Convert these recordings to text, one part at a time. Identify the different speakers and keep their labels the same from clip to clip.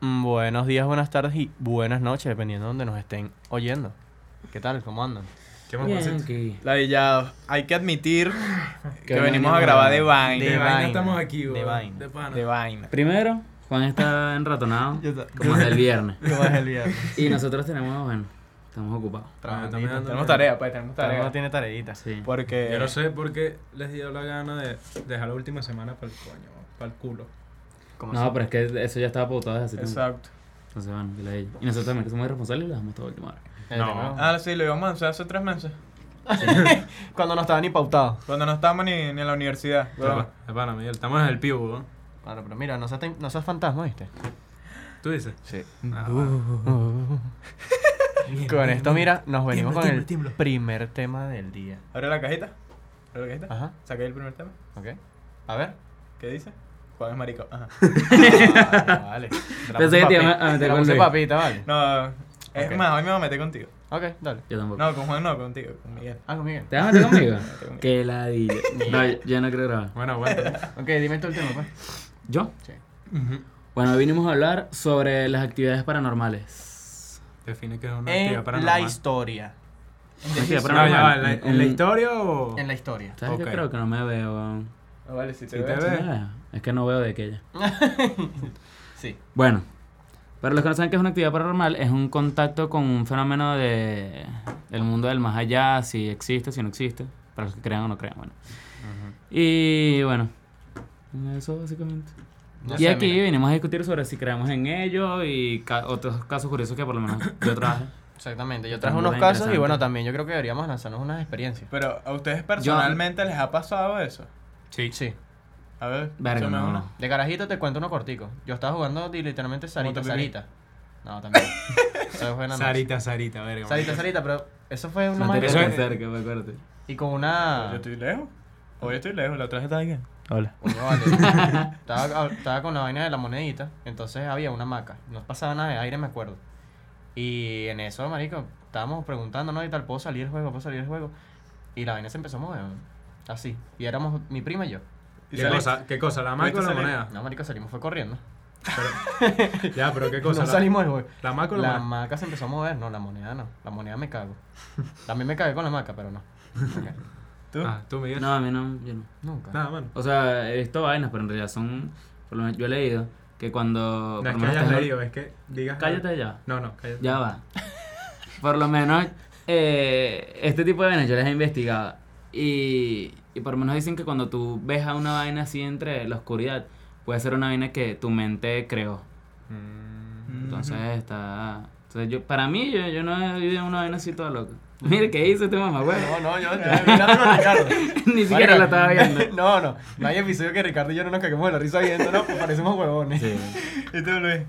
Speaker 1: Mm, Buenos días, buenas tardes y buenas noches, dependiendo de donde nos estén oyendo. ¿Qué tal? ¿Cómo andan?
Speaker 2: ¿Qué más
Speaker 3: Bien,
Speaker 2: Juancito?
Speaker 3: aquí.
Speaker 4: Ladillados. Hay que admitir que
Speaker 3: Que
Speaker 4: venimos
Speaker 3: venimos
Speaker 4: a grabar de
Speaker 1: grabando.
Speaker 4: vaina.
Speaker 1: De
Speaker 2: De, vaina,
Speaker 1: vaina,
Speaker 2: estamos aquí,
Speaker 1: de
Speaker 2: güey.
Speaker 1: vaina.
Speaker 2: De pana.
Speaker 4: De vaina.
Speaker 3: Primero, Juan está enratonado,
Speaker 1: Yo ta-
Speaker 3: como es el viernes.
Speaker 1: ¿Cómo es el viernes?
Speaker 3: Y nosotros tenemos, bueno, estamos ocupados.
Speaker 2: Ah,
Speaker 4: Trabajando.
Speaker 2: también ando
Speaker 4: Tenemos
Speaker 2: bien.
Speaker 4: tarea, pues, tenemos
Speaker 1: Cada uno
Speaker 4: tarea.
Speaker 1: tiene tareitas.
Speaker 3: Sí.
Speaker 4: Porque.
Speaker 2: Yo no sé por qué les dio la gana de dejar la última semana para el coño, para el culo.
Speaker 1: ¿Cómo
Speaker 3: No, pero es que eso ya estaba pautado desde hace tiempo.
Speaker 4: Exacto.
Speaker 3: Entonces, bueno, que la de ellos. Y nosotros también, que somos irresponsables, y lo dejamos todo último hora.
Speaker 1: se- Eh,
Speaker 2: No.
Speaker 1: tengo-
Speaker 4: Ah, sí, lo íbamos a hacer hace tres meses.
Speaker 1: Cuando no estaba ni pautado.
Speaker 4: Cuando no estábamos ni, ni en la universidad. weón.
Speaker 2: Epa, epa, Miguel, estamos en el pivo, weón.
Speaker 1: Bueno, pero mira, no seas, tan- no seas fantasma, ¿viste?
Speaker 2: ¿Tú dices?
Speaker 1: Sí.
Speaker 2: Ah, va.
Speaker 1: Con esto, mira, nos venimos
Speaker 2: Tiembla,
Speaker 1: con el
Speaker 2: tiembla, tiembla.
Speaker 1: primer tema del día.
Speaker 4: Abre la cajita. Abre la cajita.
Speaker 1: Ajá,
Speaker 4: Saqué el primer tema.
Speaker 1: ok. A ver.
Speaker 4: ¿Qué dice? Juan es marico. Ajá.
Speaker 1: Ah, vale.
Speaker 3: Pensé que te iba a meter
Speaker 1: Te la
Speaker 3: con
Speaker 1: puse
Speaker 3: Luis.
Speaker 1: papita, vale.
Speaker 4: No, es
Speaker 1: Ok.
Speaker 4: más, hoy me voy a meter contigo.
Speaker 1: Ok, dale.
Speaker 3: Yo tampoco.
Speaker 4: No, con Juan no, contigo, con Miguel.
Speaker 1: Ah, con Miguel.
Speaker 3: ¿Te vas a meter conmigo?
Speaker 4: conmigo.
Speaker 3: que la di. No, yo- yo no quiero grabar.
Speaker 2: Bueno, aguanta.
Speaker 1: Ok, dime tú el tema, pues.
Speaker 3: ¿Yo?
Speaker 1: Sí.
Speaker 2: Ujú.
Speaker 3: Bueno, hoy vinimos a hablar sobre las actividades paranormales.
Speaker 2: Define que es una actividad
Speaker 1: En la
Speaker 2: paranormal.
Speaker 1: historia.
Speaker 3: Una actividad
Speaker 2: No, ya va,
Speaker 3: paranormal.
Speaker 2: ¿en la,
Speaker 3: Un-
Speaker 2: en la historia o...?
Speaker 1: En la historia.
Speaker 3: Mm. ¿Sabes
Speaker 2: Ok.
Speaker 3: qué? Creo que no me veo. weón.
Speaker 4: Ah, vale, si te
Speaker 2: Sí, te
Speaker 4: veo.
Speaker 2: veo.
Speaker 3: No me veo. Es que no veo de aquella.
Speaker 1: Sí.
Speaker 3: Bueno, para los que no saben qué es una actividad paranormal, es un contacto con un fenómeno de, del mundo del más allá, si existe, si no existe, para los que crean o no crean, bueno. Y bueno, eso básicamente.
Speaker 1: No
Speaker 3: y
Speaker 1: sé,
Speaker 3: aquí
Speaker 1: mira.
Speaker 3: venimos a discutir sobre si creemos en ello y ca- otros casos curiosos que por lo menos yo traje.
Speaker 1: Exactamente. Yo
Speaker 3: Está
Speaker 1: traje
Speaker 3: muy
Speaker 1: unos casos y
Speaker 3: interesante.
Speaker 1: bueno, también yo creo que deberíamos lanzarnos unas experiencias.
Speaker 4: Pero a ustedes personalmente les ha pasado eso.
Speaker 2: Sí.
Speaker 1: Sí.
Speaker 4: A ver,
Speaker 3: Verga,
Speaker 4: échame
Speaker 3: no,
Speaker 4: una.
Speaker 3: no.
Speaker 1: De carajito te cuento uno cortico. Yo estaba jugando y literalmente Sarita,
Speaker 4: Motopipi.
Speaker 1: Sarita. No, también. Eso fue en la noche.
Speaker 2: Sarita, Sarita, verga.
Speaker 1: Sarita, Sarita, pero eso fue uno
Speaker 3: No
Speaker 1: más.
Speaker 3: te
Speaker 2: Eso
Speaker 3: tan
Speaker 2: es-
Speaker 3: cerca, pues, me acuerdo.
Speaker 1: Y con
Speaker 4: Ah, Yo
Speaker 1: una.
Speaker 4: estoy lejos. Hoy estoy lejos, la otra vez estaba aquí. Hola.
Speaker 1: Coño, vale. estaba, ah, estaba con la vaina de la monedita, entonces había una maca. No pasaba nada de aire, me acuerdo. Y en eso, marico, estábamos preguntando, ¿no? Y tal, ¿puedo salir el juego? ¿Puedo salir el juego? Y la vaina se empezó a mover, ¿no? así. Y éramos mi prima y yo.
Speaker 2: ¿Qué
Speaker 4: salí.
Speaker 2: cosa? ¿Qué cosa? ¿La maca o la
Speaker 4: Salí.
Speaker 2: moneda?
Speaker 1: No, marico, salimos, fue corriendo.
Speaker 2: Ya, pero ¿qué cosa?
Speaker 1: no
Speaker 2: ¿La-
Speaker 1: salimos del juego.
Speaker 2: ¿La maca o la
Speaker 1: La
Speaker 2: moneda?
Speaker 1: maca se empezó a mover, no, la moneda no. La moneda me cago. También me cagué con la maca, pero no. Nunca.
Speaker 4: ¿Tú?
Speaker 2: Ah, tú, Miguel.
Speaker 3: No, a mí no, yo no.
Speaker 1: Nunca.
Speaker 2: Nada, mano.
Speaker 3: O sea, he visto vainas, pero en realidad son, por lo menos yo he leído que cuando...
Speaker 2: No
Speaker 3: por
Speaker 2: es
Speaker 3: lo
Speaker 2: que
Speaker 3: menos
Speaker 2: hayas
Speaker 3: estás-
Speaker 2: leído, es que digas...
Speaker 3: Cállate ya.
Speaker 2: No, no, cállate.
Speaker 3: Ya va. Por lo menos, eh, este tipo de vainas yo las he investigado. Y, y por lo menos dicen que cuando tú ves a una vaina así entre la oscuridad, puede ser una vaina que tu mente creó.
Speaker 2: Mm.
Speaker 3: Entonces está. Entonces yo, para mí, yo, yo no he vivido una vaina así toda loca. Mire, ¿qué hizo este mamá,
Speaker 1: No, eh, no, yo estoy hablando con Ricardo.
Speaker 3: Ni siquiera la estaba viendo.
Speaker 1: No, no. No hay episodio que Ricardo y yo no nos caguemos de la risa viendo, ¿no? Pues parecemos huevones.
Speaker 3: Sí.
Speaker 4: ¿Y tú, Luis?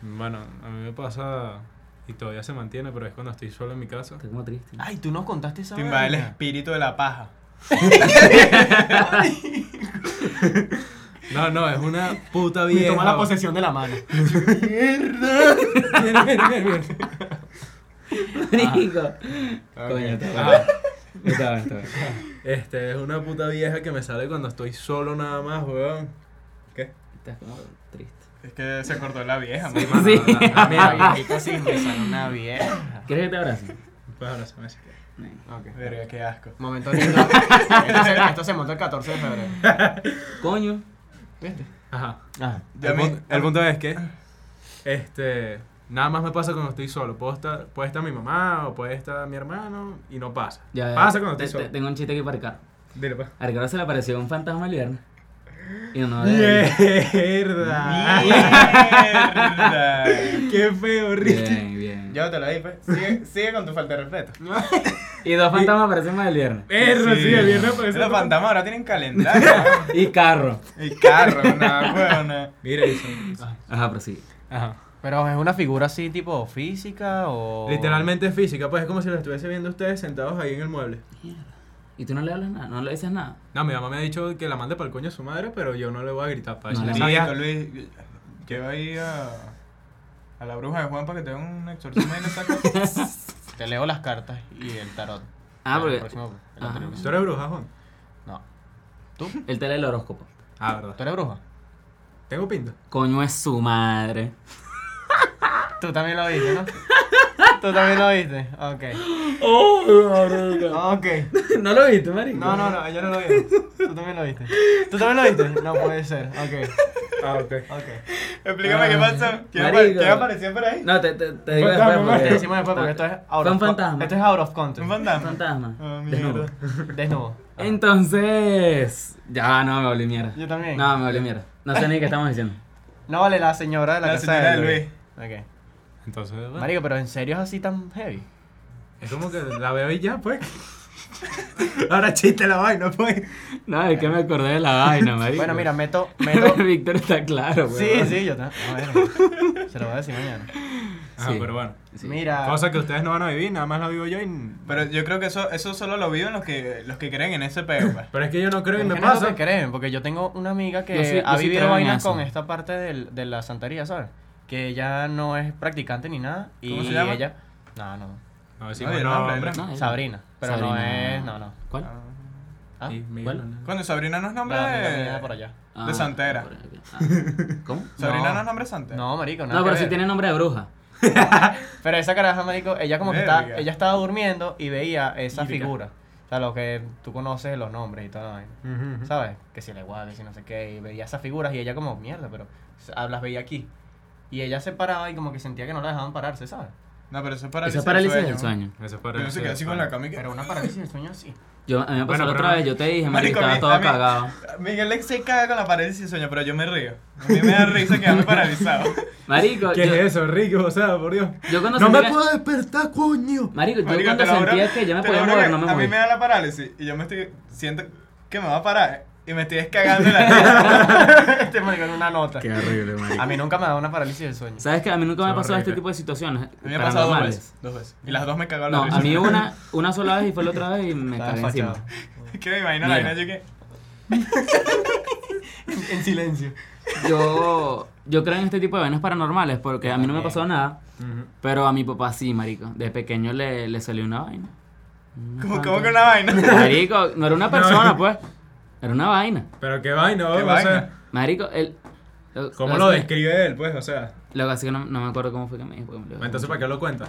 Speaker 2: Bueno, a mí me pasa... Y todavía se mantiene, pero es cuando estoy solo en mi casa.
Speaker 3: Está como triste.
Speaker 1: Ay, tú nos contaste esa
Speaker 4: Te invade el
Speaker 1: vaina.
Speaker 4: espíritu de la paja.
Speaker 2: No, no, es una puta
Speaker 1: Me
Speaker 2: vieja.
Speaker 1: toma la
Speaker 2: weón.
Speaker 1: posesión de la mano.
Speaker 2: Viene, viene, viene, viene.
Speaker 3: Rico. Coño, está bueno. Ah, Está bueno, está bueno.
Speaker 2: Ah. Este, es una puta vieja que me sale cuando estoy solo nada más, weón. ¿Qué?
Speaker 3: Estás como triste.
Speaker 4: Es que se acordó la vieja,
Speaker 2: Sí,
Speaker 4: mano.
Speaker 3: Sí.
Speaker 2: A mí, a mí.
Speaker 1: sí me sale una vieja.
Speaker 3: ¿Quieres que te abrace?
Speaker 2: Bueno, Pues se me hace que-
Speaker 1: Ok.
Speaker 4: Verga, qué asco.
Speaker 1: Momento lindo. Esto se, esto se montó el 14 de febrero.
Speaker 3: Coño.
Speaker 1: ¿Viste?
Speaker 2: Ajá.
Speaker 1: Ajá.
Speaker 4: Ya
Speaker 2: El,
Speaker 4: me-
Speaker 2: punto, el punto es que, este, nada más me pasa cuando estoy solo. Puedo estar, puede estar mi mamá o puede estar mi hermano y no pasa.
Speaker 3: Ya, ya.
Speaker 2: pasa cuando
Speaker 3: Te-
Speaker 2: estoy
Speaker 3: te-
Speaker 2: solo.
Speaker 3: Tengo un chiste aquí para Ricardo.
Speaker 2: Dile, pues. pa.
Speaker 3: A Ricardo se le apareció un fantasma el viernes. Y no hablaba de él.
Speaker 2: ¡Mierda!
Speaker 4: ¡Mierda!
Speaker 2: ¡Qué feo, Ricky!
Speaker 3: Bien, bien.
Speaker 4: Llévatelo ahí, pues. Sigue, sigue con tu falta de respeto.
Speaker 3: Y dos fantasmas aparecen más el viernes.
Speaker 4: Eh.
Speaker 2: ¡Mierda! Sí, el viernes apareció
Speaker 4: Los
Speaker 2: otro-
Speaker 4: fantasmas ahora tienen calendario.
Speaker 3: Y carro.
Speaker 4: El carro, una huevona.
Speaker 2: Mira eso.
Speaker 3: Ajá, pero sí.
Speaker 2: Ajá.
Speaker 1: Pero es una figura así, tipo física o.
Speaker 2: Oh. Literalmente es física, pues es como si los estuviese viendo ustedes sentados ahí en el mueble.
Speaker 3: Y tú no le hablas nada, no le dices nada.
Speaker 2: No, mi mamá me ha dicho que la mande para el coño a su madre, pero yo no le voy a gritar para
Speaker 3: No,
Speaker 2: eso.
Speaker 3: la
Speaker 2: Sí,
Speaker 3: madre-
Speaker 2: ya-
Speaker 4: Listo, Luis. Lleva ahí a, a la bruja de Juan para que te haga un exorcismo y le sacas.
Speaker 1: Te leo las cartas y el tarot.
Speaker 3: Ah,
Speaker 1: El
Speaker 3: porque-
Speaker 1: próximo- el
Speaker 3: Ah.
Speaker 1: anterior.
Speaker 2: ¿Tú eres bruja, Juan?
Speaker 1: No. ¿Tú?
Speaker 3: Él te lee el horóscopo.
Speaker 2: Ah,
Speaker 1: ¿Tú
Speaker 2: verdad.
Speaker 1: eres bruja?
Speaker 2: ¿Tengo pinta?
Speaker 3: Coño es su madre.
Speaker 1: Tú también lo viste, ¿no? Tú también lo viste. Ok.
Speaker 3: ¡Oh, marico!
Speaker 1: Ok.
Speaker 3: ¿No lo viste, marico?
Speaker 1: No, no, no, yo no lo vi. Tú también lo viste. Tú también lo viste. No puede ser. Ok.
Speaker 2: Ah, ok.
Speaker 1: Ok.
Speaker 4: Explícame qué pasó. ¿Qué,
Speaker 3: Ah, Marico.
Speaker 4: apare- qué apareció por ahí?
Speaker 3: No, te, te, te digo
Speaker 2: Fantasma,
Speaker 3: después
Speaker 1: Te
Speaker 3: porque...
Speaker 1: decimos después porque esto es out
Speaker 3: Fue
Speaker 1: of
Speaker 3: un
Speaker 1: con-
Speaker 3: fantasma.
Speaker 1: Esto es out of
Speaker 4: ¿Un
Speaker 1: content.
Speaker 4: fantasma?
Speaker 3: Fantasma.
Speaker 4: Ah,
Speaker 3: Desnudo.
Speaker 4: mierda.
Speaker 1: Desnudo. Ah.
Speaker 3: Entonces... Ya, no, me volví mierda.
Speaker 1: Yo también.
Speaker 3: No, me volví mierda. No sé ni qué estamos diciendo.
Speaker 1: No vale la señora de la,
Speaker 4: La
Speaker 1: casa
Speaker 4: señora
Speaker 1: de
Speaker 4: de
Speaker 1: Luis. Ok.
Speaker 2: Entonces, bueno,
Speaker 1: Marico, pero en serio es así tan heavy.
Speaker 2: es como que la veo y ya, pues. Ahora chiste la vaina, pues.
Speaker 3: No, es que me acordé de la vaina, marico.
Speaker 1: Bueno, mira, meto. meto...
Speaker 3: Víctor está claro,
Speaker 1: sí,
Speaker 3: güey.
Speaker 1: sí, yo también. A ver, se lo voy a decir mañana.
Speaker 2: Ah,
Speaker 3: Sí.
Speaker 2: pero bueno.
Speaker 3: Sí.
Speaker 1: Mira.
Speaker 2: Cosa que ustedes no van a vivir, nada más la vivo yo y...
Speaker 4: Pero yo creo que eso, eso solo lo viven los que, los que creen en ese peo, pues.
Speaker 2: Pero es que yo no creo y
Speaker 1: Es
Speaker 2: me
Speaker 1: que no
Speaker 2: pasa.
Speaker 1: te creen, porque yo tengo una amiga que
Speaker 3: Yo sí- yo
Speaker 1: ha
Speaker 3: sí
Speaker 1: vivido
Speaker 3: creo en
Speaker 1: vainas
Speaker 3: eso.
Speaker 1: con esta parte del, de la santería, ¿sabes? Que ella no es practicante ni nada. Y
Speaker 4: ¿Cómo se llama?
Speaker 1: ella. No, no.
Speaker 2: No, decimos
Speaker 4: Oye,
Speaker 2: no,
Speaker 4: no,
Speaker 2: hombre.
Speaker 4: no,
Speaker 3: Ah,
Speaker 1: Sabrina. Pero
Speaker 3: Sabrina.
Speaker 1: no es. No, no.
Speaker 3: ¿Cuál?
Speaker 1: Ah,
Speaker 2: Y Miguel,
Speaker 3: ¿cuál?
Speaker 2: no.
Speaker 4: Coño, Sabrina no es nombre
Speaker 1: La amiga
Speaker 4: de...
Speaker 1: mía por allá.
Speaker 3: Ah,
Speaker 4: De Santera.
Speaker 3: por ahí, ok. Ah, ¿Cómo?
Speaker 4: Sabrina
Speaker 1: No.
Speaker 4: no, es nombre de santera.
Speaker 1: No, marico, nada
Speaker 3: No,
Speaker 1: que
Speaker 3: pero sí
Speaker 1: ver.
Speaker 3: tiene nombre de bruja.
Speaker 1: Pero esa caraja, marico, ella como que
Speaker 4: Verga.
Speaker 1: estaba, ella estaba durmiendo y veía esa
Speaker 2: Lírica.
Speaker 1: figura. O sea, lo que tú conoces, los nombres y toda la vaina.
Speaker 2: Ujú, ujú.
Speaker 1: ¿Sabes? Que si le guay, que si no sé qué. Y veía esas figuras y ella como, mierda, pero ah, las veía aquí. Y ella se paraba y como que sentía que no la dejaban pararse, ¿sabes?
Speaker 4: No, pero eso
Speaker 3: Esa
Speaker 4: es parálisis,
Speaker 3: es parálisis del sueño.
Speaker 2: Eso es
Speaker 4: Yo no
Speaker 2: parálisis
Speaker 4: sé qué,
Speaker 2: del
Speaker 4: así con la
Speaker 2: sueño.
Speaker 4: cama y que-
Speaker 1: Pero una parálisis del sueño sí.
Speaker 3: Yo, a mí me pasó
Speaker 2: Bueno,
Speaker 3: la
Speaker 2: pero
Speaker 3: otra
Speaker 2: no-
Speaker 3: vez, yo te dije, marico,
Speaker 4: Marico,
Speaker 3: estaba
Speaker 4: a mí-
Speaker 3: todo
Speaker 4: a mí-
Speaker 3: cagado.
Speaker 4: Miguel se caga con la parálisis del sueño, pero yo me río. A mí me da risa quedarme paralizado.
Speaker 3: Marico,
Speaker 2: ¿Qué
Speaker 3: yo,
Speaker 2: es eso, Rico? O sea, por Dios.
Speaker 3: yo cuando
Speaker 2: ¡No me
Speaker 3: sentía-
Speaker 2: puedo despertar, coño!
Speaker 3: Marico, yo
Speaker 4: Marico,
Speaker 3: cuando
Speaker 4: te lo juro-
Speaker 3: sentía que yo me
Speaker 4: te lo
Speaker 3: podía
Speaker 4: juro
Speaker 3: mover,
Speaker 4: que
Speaker 3: no me
Speaker 4: A mí
Speaker 3: moví.
Speaker 4: me da la parálisis y yo me estoy... Siento que me va a parar y me estoy descagando en la risa.
Speaker 1: este marico en una nota.
Speaker 3: horrible,
Speaker 1: A mí nunca me da una parálisis del sueño.
Speaker 3: ¿Sabes que A mí nunca me ha
Speaker 2: Son
Speaker 3: pasado este
Speaker 2: horribles.
Speaker 3: tipo de situaciones
Speaker 4: A mí me ha pasado dos
Speaker 3: paranormales.
Speaker 4: veces. Dos veces. Y las dos me cagó la
Speaker 3: No,
Speaker 4: risa.
Speaker 3: a mí una, una sola vez y fue la otra vez y me
Speaker 1: Estaba
Speaker 3: cagué encima.
Speaker 1: fachado.
Speaker 4: Que me imagino la
Speaker 3: Mira.
Speaker 4: vaina yo que...
Speaker 1: En silencio.
Speaker 3: Yo, yo creo en este tipo de vainas paranormales porque a mí no me pasó nada,
Speaker 2: Ujú.
Speaker 3: pero a mi papá sí, marico. De pequeño le, le salió una vaina.
Speaker 4: ¿Cómo, cómo que una vaina?
Speaker 3: Marico, no era una persona, pues. Era una vaina.
Speaker 2: Pero qué vaina,
Speaker 4: Qué
Speaker 2: o sea,
Speaker 4: vaina.
Speaker 3: Marico, él... lo-
Speaker 2: ¿cómo
Speaker 3: que-
Speaker 2: lo describe él, pues? O sea,
Speaker 3: Lo que así que no, no me acuerdo cómo fue que me dijo. porque me lo dijo
Speaker 2: entonces,
Speaker 3: mucho.
Speaker 2: ¿para qué lo cuenta?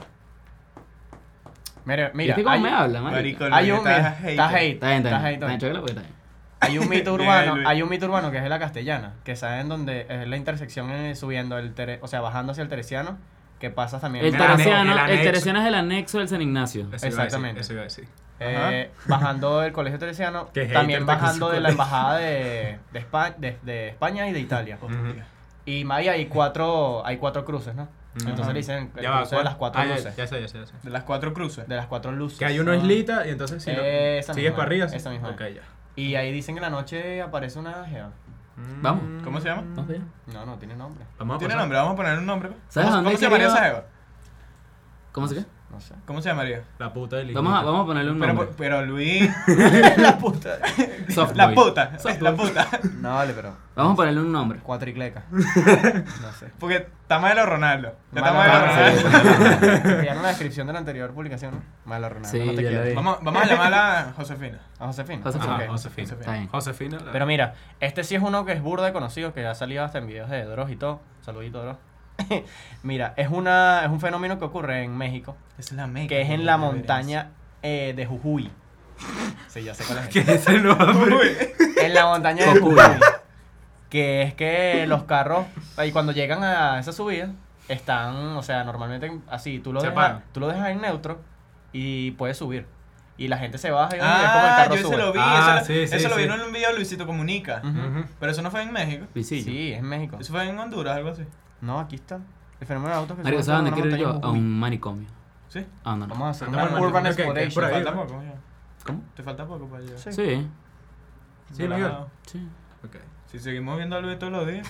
Speaker 1: Mira, mira.
Speaker 3: ¿Viste cómo
Speaker 1: hay-
Speaker 3: me habla, marico?
Speaker 4: Marico,
Speaker 1: Hay un
Speaker 4: Estás
Speaker 1: mito, está
Speaker 4: hater.
Speaker 1: hate,
Speaker 3: Está bien, está
Speaker 1: está
Speaker 3: bien.
Speaker 1: hate
Speaker 3: Está bien,
Speaker 1: hoy.
Speaker 3: chócala porque está bien.
Speaker 1: Hay un mito
Speaker 4: Llega
Speaker 1: urbano,
Speaker 4: Luis.
Speaker 1: hay un mito urbano que es la castellana, que saben dónde es la intersección eh, subiendo el Tere- o sea, bajando hacia el Teresiano, que pasas también
Speaker 3: El
Speaker 2: El
Speaker 3: Teresiano,
Speaker 2: anexo, el
Speaker 3: el
Speaker 2: anexo.
Speaker 3: Teresiano es el anexo del San Ignacio.
Speaker 2: Eso iba a decir,
Speaker 1: Exactamente.
Speaker 2: Eso iba a decir.
Speaker 1: eh, bajando del colegio Teresiano,
Speaker 2: Qué hater
Speaker 1: también
Speaker 2: está con
Speaker 1: bajando
Speaker 2: su
Speaker 1: de la
Speaker 2: colegio.
Speaker 1: embajada de, de, Espa- de- de España y de Italia.
Speaker 2: Ujú.
Speaker 1: Y ahí hay cuatro, hay cuatro cruces, ¿no? Entonces
Speaker 2: Ajá.
Speaker 1: le dicen el
Speaker 2: Ya va,
Speaker 1: cruce de
Speaker 2: ¿cuál?
Speaker 1: las cuatro
Speaker 2: Ah, ya-
Speaker 1: luces.
Speaker 2: Ya, sé, ya sé, Ah. ya sé.
Speaker 4: De las cuatro cruces.
Speaker 1: De las cuatro luces.
Speaker 2: Que hay uno islita y entonces si lo-
Speaker 1: Esa
Speaker 2: sigues
Speaker 1: misma,
Speaker 2: para arriba.
Speaker 1: esa misma.
Speaker 2: Ok, ya.
Speaker 1: Y ahí dicen que en la noche aparece una jeva.
Speaker 3: Vamos.
Speaker 4: ¿Cómo se llama?
Speaker 3: Vamos para allá.
Speaker 1: No, no, tiene nombre.
Speaker 2: Mm. Vamos a
Speaker 4: ¿Tiene
Speaker 2: pasar.
Speaker 4: nombre? Vamos a poner un nombre.
Speaker 3: ¿Sabes
Speaker 4: ¿Cómo,
Speaker 3: dónde
Speaker 4: ¿cómo se llamaría
Speaker 3: quería-
Speaker 4: esa jeva?
Speaker 3: ¿Cómo se qué?
Speaker 1: No sé.
Speaker 4: ¿Cómo se llamaría?
Speaker 2: La puta del
Speaker 3: Vamos a, vamos a ponerle un
Speaker 4: Pero,
Speaker 3: nombre.
Speaker 4: por- pero Luis...
Speaker 1: la puta.
Speaker 3: Soft
Speaker 4: La
Speaker 3: boy.
Speaker 4: puta,
Speaker 3: Soft
Speaker 4: la
Speaker 3: boy.
Speaker 4: puta.
Speaker 1: No, vale, pero.
Speaker 3: Vamos a ponerle un nombre.
Speaker 1: Cuatricleca. No sé.
Speaker 4: Porque está malo Ronaldo. Ya está malo
Speaker 1: Malo
Speaker 4: Ronaldo.
Speaker 1: Ronaldo. Que ya en la descripción de la anterior publicación, ¿no? Malo Ronaldo.
Speaker 3: Sí,
Speaker 1: no te
Speaker 3: ya
Speaker 1: quiero.
Speaker 3: la vi.
Speaker 4: Vamos, vamos a llamar a Josefina.
Speaker 1: A Josefina.
Speaker 3: Josefina.
Speaker 1: Ok.
Speaker 2: Ah, Josefina.
Speaker 3: Está bien.
Speaker 2: Josefina. la-
Speaker 1: Pero mira, este sí es uno que es burda de conocido, que ha salido hasta en videos de Dross y todo. Saludito, Dross. mira, es, una, es un fenómeno que ocurre en México,
Speaker 4: Es la meca.
Speaker 1: que es en la montaña eh, de Jujuy. Sí, ya sé cuál es.
Speaker 2: ¿Qué es ese nombre?
Speaker 1: En la montaña de
Speaker 3: Cocuy.
Speaker 1: Jujuy. Que es que los carros, ahí cuando llegan a esa subida, están, o sea, normalmente así, tú lo,
Speaker 2: Se
Speaker 1: dejas,
Speaker 2: paran.
Speaker 1: tú lo dejas en neutro y puedes subir. Y la gente se baja y es como el
Speaker 4: Ah,
Speaker 1: carro
Speaker 4: yo
Speaker 1: sube.
Speaker 4: se lo vi.
Speaker 2: Ah,
Speaker 4: eso
Speaker 2: sí, sí,
Speaker 4: eso lo vi
Speaker 2: sí.
Speaker 4: en un video de Luisito Comunica.
Speaker 1: Ujú.
Speaker 2: Ujú.
Speaker 4: Pero eso no fue en México.
Speaker 1: Sí,
Speaker 3: Visillo.
Speaker 1: es en México.
Speaker 4: Eso fue en Honduras, algo así.
Speaker 1: No, aquí está. El fenómeno de autos que
Speaker 3: Marico,
Speaker 1: suben
Speaker 3: ¿sabes dónde
Speaker 1: por una
Speaker 3: quiero ir yo?
Speaker 1: montaña
Speaker 3: A
Speaker 1: en Jujuy.
Speaker 3: un manicomio.
Speaker 4: ¿Sí?
Speaker 3: Ah, no, no.
Speaker 1: Vamos a hacer
Speaker 2: No,
Speaker 1: una
Speaker 2: bueno, yo
Speaker 1: urban
Speaker 2: creo que- que es
Speaker 1: exploration.
Speaker 2: por
Speaker 4: Te
Speaker 2: ahí.
Speaker 4: falta
Speaker 2: ¿no?
Speaker 4: poco, ya.
Speaker 3: ¿Cómo?
Speaker 4: Te falta poco para llegar.
Speaker 1: Sí.
Speaker 3: Sí,
Speaker 2: Sí,
Speaker 4: Relajado.
Speaker 3: sí.
Speaker 2: Ok.
Speaker 4: Si seguimos viendo a Luis todos los días.